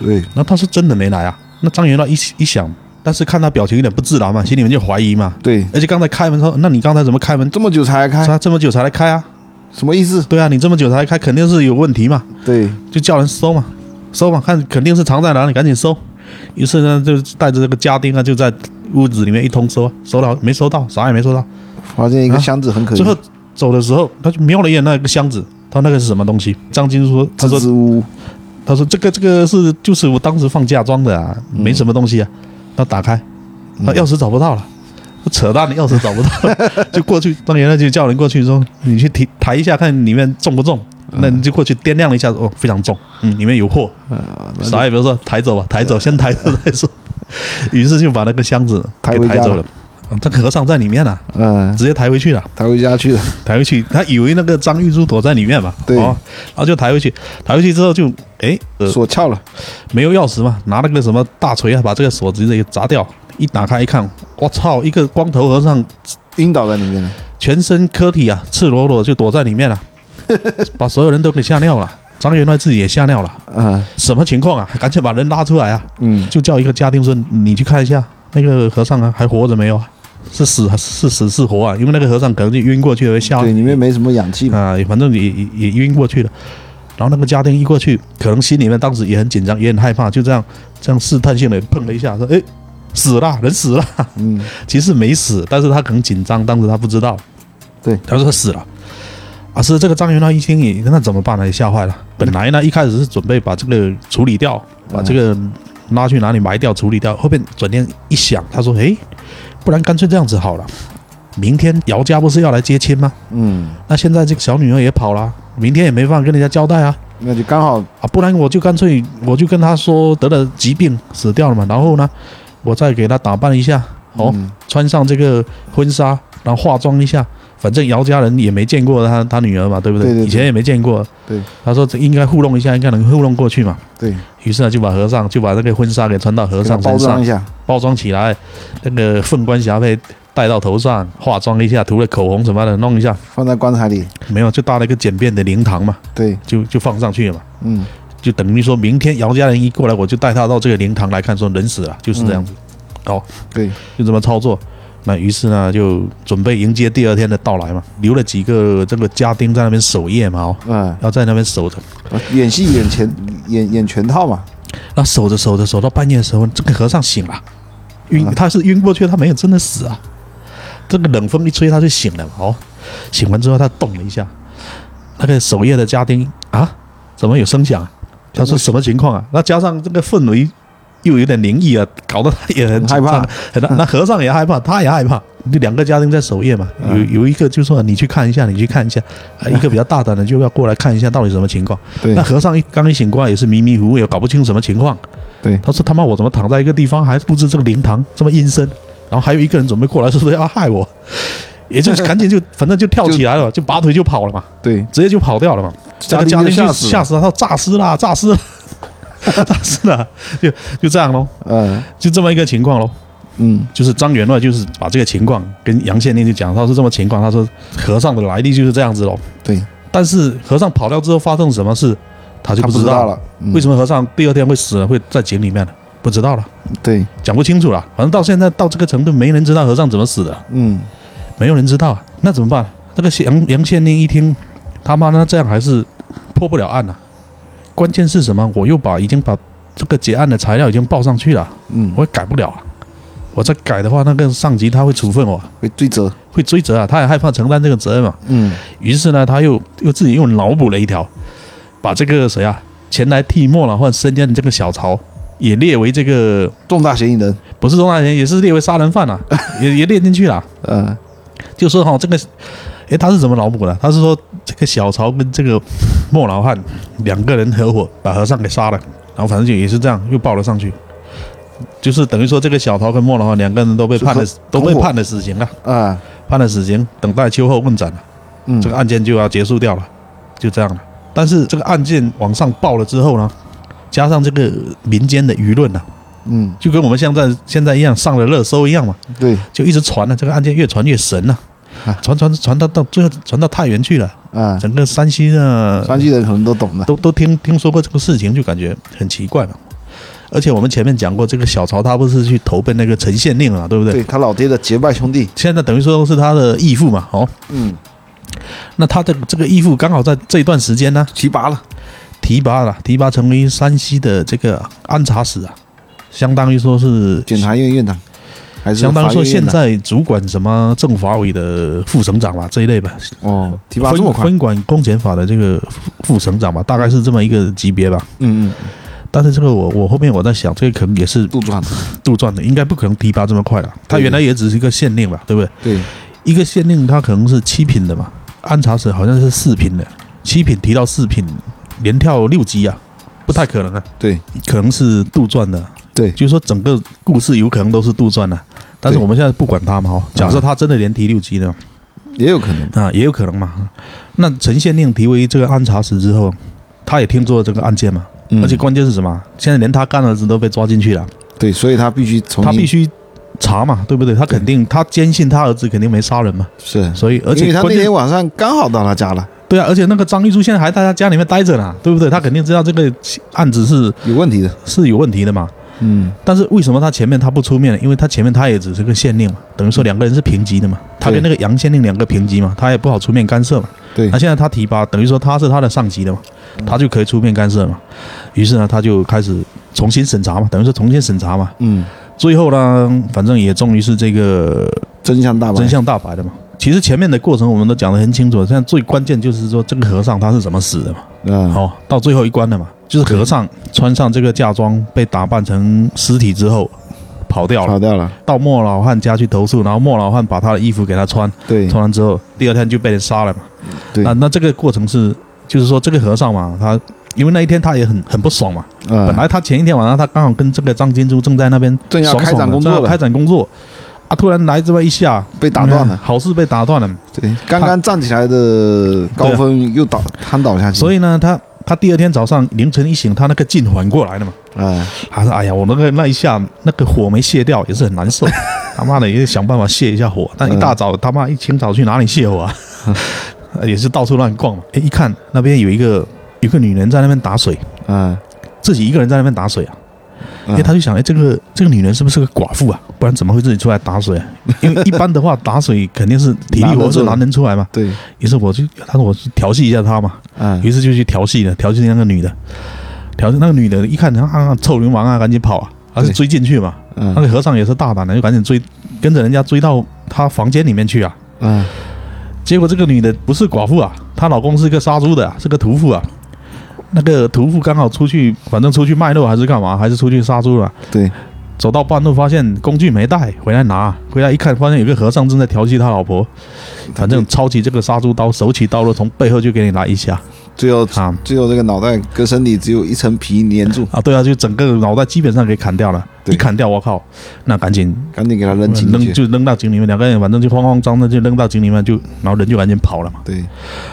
对，然后他说真的没来啊。那张元老一一想，但是看他表情有点不自然嘛，心里面就怀疑嘛。对，而且刚才开门说，那你刚才怎么开门？这么久才开，他这么久才来开啊？什么意思？对啊，你这么久才来开，肯定是有问题嘛，对，就叫人搜嘛，搜嘛，看肯定是藏在哪里，赶紧搜。于啊是呢，就带着这个家丁啊，就在屋子里面一通搜，搜到没搜到，啥也没搜到，发现一个箱子很可疑最，后走的时候，他就瞄了一眼那个箱子，他那个是什么东西？张金说，他支说支吾吾，他说这个这个是就是我当时放嫁妆的啊，嗯没什么东西啊。他打开，他钥匙找不到了，我扯淡，钥匙找不 到，就过去，当原来就叫人过去说，你去提抬一下看里面重不重。嗯那你就过去掂量了一下，哦，非常重，嗯，里面有货，呃那就啥也别说，抬走吧，嗯抬走，先抬走再说。于是就把那个箱子抬给回抬家走了了，嗯这和尚在里面呢、嗯，直接抬回去了。抬回家去了，抬回去，他以为那个张玉珠躲在里面嘛，对哦，然后就抬回去，抬回去之后就，哎，呃，锁撬了，没没有钥匙嘛，拿那个什么大锤啊，把这个锁直接给砸掉，一打开一看，我操，一个光头和尚晕倒在里面了，全身躯体啊，赤裸裸就躲在里面 了，把所有人都给吓尿了，张员外自己也吓尿了，啊，什么情况啊？赶紧把人拉出来啊！嗯，就叫一个家丁说：“你去看一下那个和尚啊，还活着没有啊？是死还是死是活啊？因为那个和尚可能就晕过去了，被吓对，里面没什么氧气嘛，啊、反正也也也晕过去了。然后那个家丁一过去，可能心里面当时也很紧张，也很害怕，就这样这样试探性的碰了一下，说：“哎，死了，人死了。 嗯，”其实没死，但是他可能紧张，当时他不知道。对，他说他死了。啊，是这个张元亮一听也那怎么办呢？也吓坏了。本来呢，一开始是准备把这个处理掉，把这个拉去哪里埋掉处理掉。后面转念一想，他说：“哎，不然干脆这样子好了，明天姚家不是要来接亲吗？嗯，那现在这个小女儿也跑了，明天也没办法跟人家交代啊那就刚好啊！不然我就干脆我就跟她说得了疾病死掉了嘛，然后呢，我再给她打扮一下，哦，嗯穿上这个婚纱，然后化妆一下，反正姚家人也没见过她她女儿嘛，对不对？对对对以前也没见过，对，她说这应该糊弄一下，应该能糊弄过去嘛。对，于是呢，就把和尚就把那个婚纱给穿到和给它尚包身装上一，下，包装起来，那个凤冠霞帔戴到头上，化妆一下，涂了口红什么的，弄一下，放在棺材里，没有就搭了一个简便的灵堂嘛。对，就就放上去了嘛，嗯，就等于说明天姚家人一过来，我就带他到这个灵堂来看，说人死了，就是这样子，对，就这么操作。那于是呢，就准备迎接第二天的到来嘛，留了几个这个家丁在那边守夜嘛，哦，啊，要在那边守着。演戏演全演演全套嘛，那守着守着守到半夜的时候，这个和尚醒了，晕啊，他是晕过去，他没有真的死啊。这个冷风一吹，他就醒了嘛，哦，醒完之后他动了一下，那个守夜的家丁啊，怎么有声响啊、他嗯说什么情况啊？那加上这个氛围又有点灵异啊，搞得他也很很害怕紧张，很那和尚也害怕，他也害怕。就两个家丁在守夜嘛，有嗯有一个就说你去看一下，你去看一下，啊一个比较大胆的就要过来看一下到底什么情况。对那，和尚一刚一醒过来也是迷迷糊糊，也搞不清什么情况。对，他说他妈我怎么躺在一个地方，还布置这个灵堂这么阴森，然后还有一个人准备过来说是要害我，也就是赶紧就反正就跳起来了，就拔腿就跑了嘛，对，直接就跑掉了嘛。这家个家丁丁就吓就死吓了，死了，他说诈尸啦，诈尸啦，诈尸啦，就就这样咯，嗯就这么一个情况咯。嗯，就是张员外就是把这个情况跟杨县令就讲，他是这么情况，他说和尚的来历就是这样子咯。对，但是和尚跑掉之后发生什么事，他啊就他不不知知道道了。了，嗯为什么和尚第二天会死呢？会在井里面呢？不知道了，对，讲不清楚了。反正到现在到这个程度，没人知道和尚怎么死的，嗯，没有人知道啊。那怎么办？那个杨杨县令一听，他妈那这样还是破不了案了、关键是什么？我又把已经把这个结案的材料已经报上去了，嗯，我也改不了啊。我再改的话，那个上级他会处分我，会追责，会追责啊。他也害怕承担这个责任嘛。嗯，于是呢，他又又自己又脑补了一条，把这个谁啊，前来替莫老换身边的这个小曹，也列为这个重大嫌疑人，不是重大嫌疑，也是列为杀人犯了、也 也列进去了。呃，就说哈、这个，诶，他是怎么脑补的？他是说这个小曹跟这个莫老汉两个人合伙把和尚给杀了，然后反正就也是这样又报了上去，就是等于说这个小曹跟莫老汉两个人都被判了是都同被伙判了死刑了，啊，判了死刑，等待秋后问斩了。嗯这，个案件就要结束掉了，就这样了。但是这个案件往上报了之后呢，加上这个民间的舆论呢、嗯，就跟我们现在现在一样上了热搜一样嘛，对，就一直传啊呢、这个案件越传越神了、啊传传传到到最后传到太原去了，啊，整个山西呢山西人可能都懂的，都都听听说过这个事情，就感觉很奇怪嘛。而且我们前面讲过，这个小曹他不是去投奔那个陈县令了，对不对？对他老爹的结拜兄弟，现在等于说是他的义父嘛，哦，嗯，那他的这个义父刚好在这一段时间呢，提拔了，提拔了，提拔成为山西的这个安察使啊，相当于说是检察院院长，还是相当于说法院现院长在主管什么政法委的副省长吧这一类吧，哦，提拔这么分快，分管公检法的这个副副省长吧，大概是这么一个级别吧。嗯嗯，但是这个我我后面我在想，这个可能也是杜撰的，杜撰的，应该不可能提拔这么快了。他对原来也只是一个县令吧，对不对？对，一个县令他可能是七品的嘛，按察使好像是四品的，七品提到四品，连跳六级啊，不太可能啊。对，可能是杜撰的。对就是说整个故事有可能都是杜撰的，但是对啊我们现在不管他嘛哈。假设他真的连提六级呢，也有可能，啊，也有可能嘛。那陈县令提为这个按察使之后，他也听说了这个案件嘛，嗯而且关键是什么？现在连他干儿子都被抓进去了，对，所以他必须从他必须查嘛，对不对？他肯定他坚信他儿子肯定没杀人嘛，是，所以而因为且他关那键天晚上刚好到他家了，对啊，而且那个张玉柱现在还在他家里面待着呢，对不对？他肯定知道这个案子是有问题的，是有问题的嘛。嗯，但是为什么他前面他不出面呢？因为他前面他也只是个县令嘛，等于说两个人是平级的嘛，他跟那个杨县令两个平级嘛，他也不好出面干涉嘛。对啊那，现在他提拔，等于说他是他的上级的嘛，他就可以出面干涉嘛。于是呢，他就开始重新审查嘛，等于说重新审查嘛。嗯，最后呢，反正也终于是这个真相大白，真，相大白了嘛。其实前面的过程我们都讲得很清楚，现在最关键就是说这个和尚他是怎么死的嘛。嗯，哦，到最后一关了嘛，就是和尚穿上这个嫁妆，被打扮成尸体之后跑掉了，跑掉了，到莫老汉家去投诉，然后莫老汉把他的衣服给他穿，对，穿完之后第二天就被人杀了嘛。嗯对那那这个过程是，就是说这个和尚嘛，他。因为那一天他也很很不爽嘛，本嗯，来他前一天晚上他刚好跟这个张金珠正在那边正要爽开爽展的工正作要开了，展工作，啊，突然来这么一下被打断嗯了，好事被打断了，对，刚刚站起来的高峰又倒瘫倒下去，啊所以，以呢，他他第二天早上凌晨一醒，他那个劲缓过来了嘛，哎，他说：“哎呀，我那个那一下那个火没泄掉，也是很难 受。他妈的，也得想办法泄一下火。但一大早他妈一清早去哪里泄 火啊？也是到处乱逛嘛。哎，一看那边有一个有个女人在那边打水，嗯，自己一个人在那边打水啊。嗯哎，他就想，哎，这个这个女人是不是个寡妇啊？不然怎么会自己出来打水啊？因为一般的话，打水肯定是体力男活的做是的男人出来嘛。对，啊于是我就他说我去调戏一下她嘛。嗯，于是就去调戏了，调戏那个女的，调戏那个女的，一看啊啊，臭流氓啊，赶紧跑啊，还是对追进去嘛。那嗯，个和尚也是大胆的，就赶紧追，跟着人家追到他房间里面去啊。嗯，结果这个女的不是寡妇啊，她老公是个杀猪的啊、是个屠夫啊。那个屠夫刚好出去，反正出去卖肉还是干嘛，还是出去杀猪了、啊对，走到半路发现工具没带，回来拿，回来一看发现有个和尚正在调戏他老婆，反正抄起这个杀猪刀，手起刀落，从背后就给你来一下最后啊。最后这个脑袋跟身体只有一层皮粘 住，啊，对啊，就整个脑袋基本上给砍掉了，对一砍掉，我靠，那赶紧赶紧给他扔进扔去，就扔到井里面，两个人反正就慌慌张张就扔到井里面，就然后人就赶紧跑了嘛，对，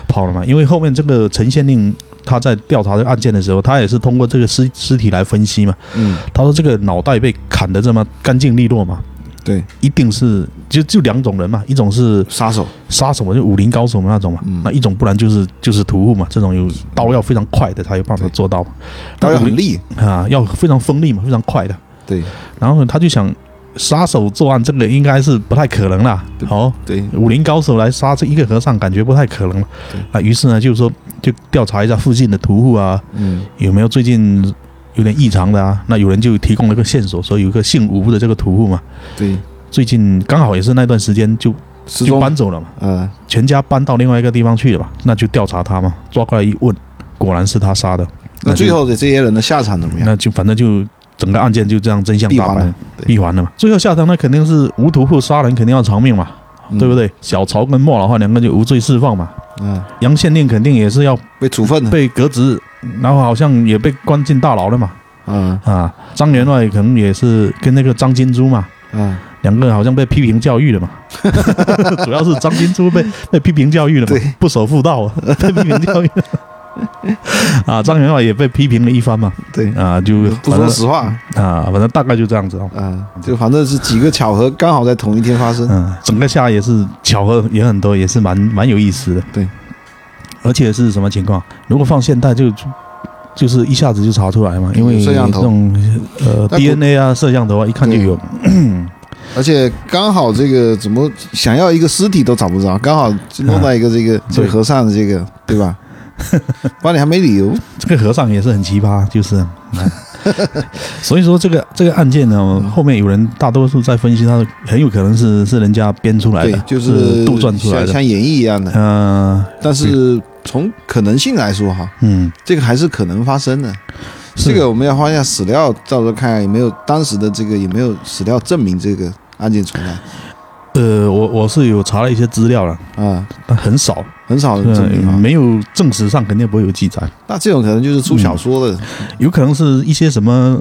跑了嘛，因为后面这个陈县令。他在调查这个案件的时候，他也是通过这个尸尸体来分析嘛。嗯，他说这个脑袋被砍得这么干净利落嘛，对，一定是就就两种人嘛，一种是杀手，杀手嘛，就武林高手嘛那种嘛，嗯那一种不然就是就是屠户嘛，这种有刀要非常快的才有办法对做到嘛。刀要那武很林利，啊，要非常锋利嘛，非常快的。对然后他就想，杀手作案这个应该是不太可能啦。对哦，对，武林高手来杀这一个和尚，感觉不太可能了对。啊，于是呢，就是说就调查一下附近的屠户啊，嗯，有没有最近有点异常的啊？那有人就提供了个线索，说有一个姓吴的这个屠户嘛，对，最近刚好也是那段时间就失就踪，搬走了嘛，呃，全家搬到另外一个地方去了嘛，那就调查他嘛，抓过来一问，果然是他杀的。那就最后的这些人的下场怎么样？那就反正就整个案件就这样真相大闭环白了，对闭环了嘛。最后下场那肯定是无屠户杀人，肯定要偿命嘛，嗯对不？对？小曹跟莫老汉两个就无罪释放嘛。嗯，杨县令肯定也是要被处分了，被革职，然后好像也被关进大牢了嘛。嗯啊，张员外可能也是跟那个张金珠嘛，嗯，两个人好像被批评教育了 嘛。主要是张金珠被被批评教育了嘛对，不守妇 道啊，被批评教育了。啊，张员外也被批评了一番嘛，对，啊，就不反说正实话，啊，反正大概就这样子哦。啊，就反正是几个巧合，刚好在同一天发生。嗯，整个下来也是巧合也很多，也是蛮蛮有意思的。对，而且是什么情况？如果放现代就就就是一下子就查出来嘛，因为有摄像头这种呃那不 DNA 啊、摄像头啊，一看就有。而且刚好这个怎么想要一个尸体都找不着，刚好就弄到一个这嗯个这个和尚的这 个，对吧？不然你还没理由。这个和尚也是很奇葩，就是。嗯 所以说这个这个案件呢，后面有人大多数在分析，它很有可能是是人家编出来对的，，就是杜撰出来像的。像演绎一样的。嗯但是从可能性来说哈，嗯，这个还是可能发生的。是这个我们要花一下史料，到时候看看有没有当时的这个有没有史料证明这个案件存在呃，我我是有查了一些资料了，啊，但很少，很少人证明嗯啊。没有证实上肯定不会有记载，那这种可能就是出嗯小说的，有可能是一些什么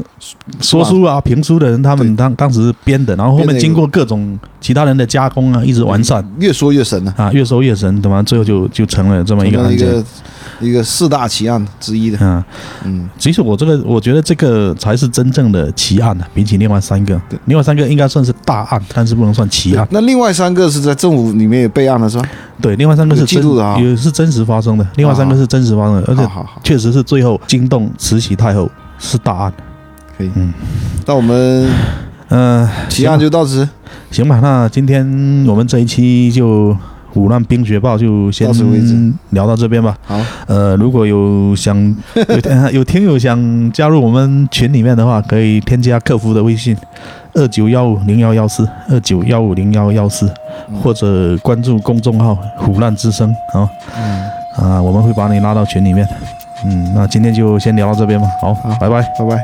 说书啊、评书的人，他们当当时编的，然后后面经过各种其他人的加工嗯啊，一直完善越说越神了，啊，越收越神，对吧？最后就就成了这么一成个了案一件。个一个四大奇案之一的。嗯，嗯，其实我这个，我觉得这个才是真正的奇案呢、比起另外三个对，另外三个应该算是大案，但是不能算奇案。那另外三个是在政府里面也备案了是吧？对，另外三个是有记真录的啊啊也是真实发生的，另外三个是真实发生的，而好且好好，确实是最后惊动慈禧太后是大案。可以。嗯那我们嗯、奇案就到此，行吧，那今天我们这一期就《五难冰雪暴》就先到此为止聊到这边吧。好，呃，如果有想 有呃有听友想加入我们群里面的话，可以添加客服的微信二九幺五零幺幺四二九幺五零幺幺四，嗯或者关注公众号“虎烂之声”啊好嗯，啊、我们会把你拉到群里面。嗯，那今天就先聊到这边吧。好，好拜拜。拜拜。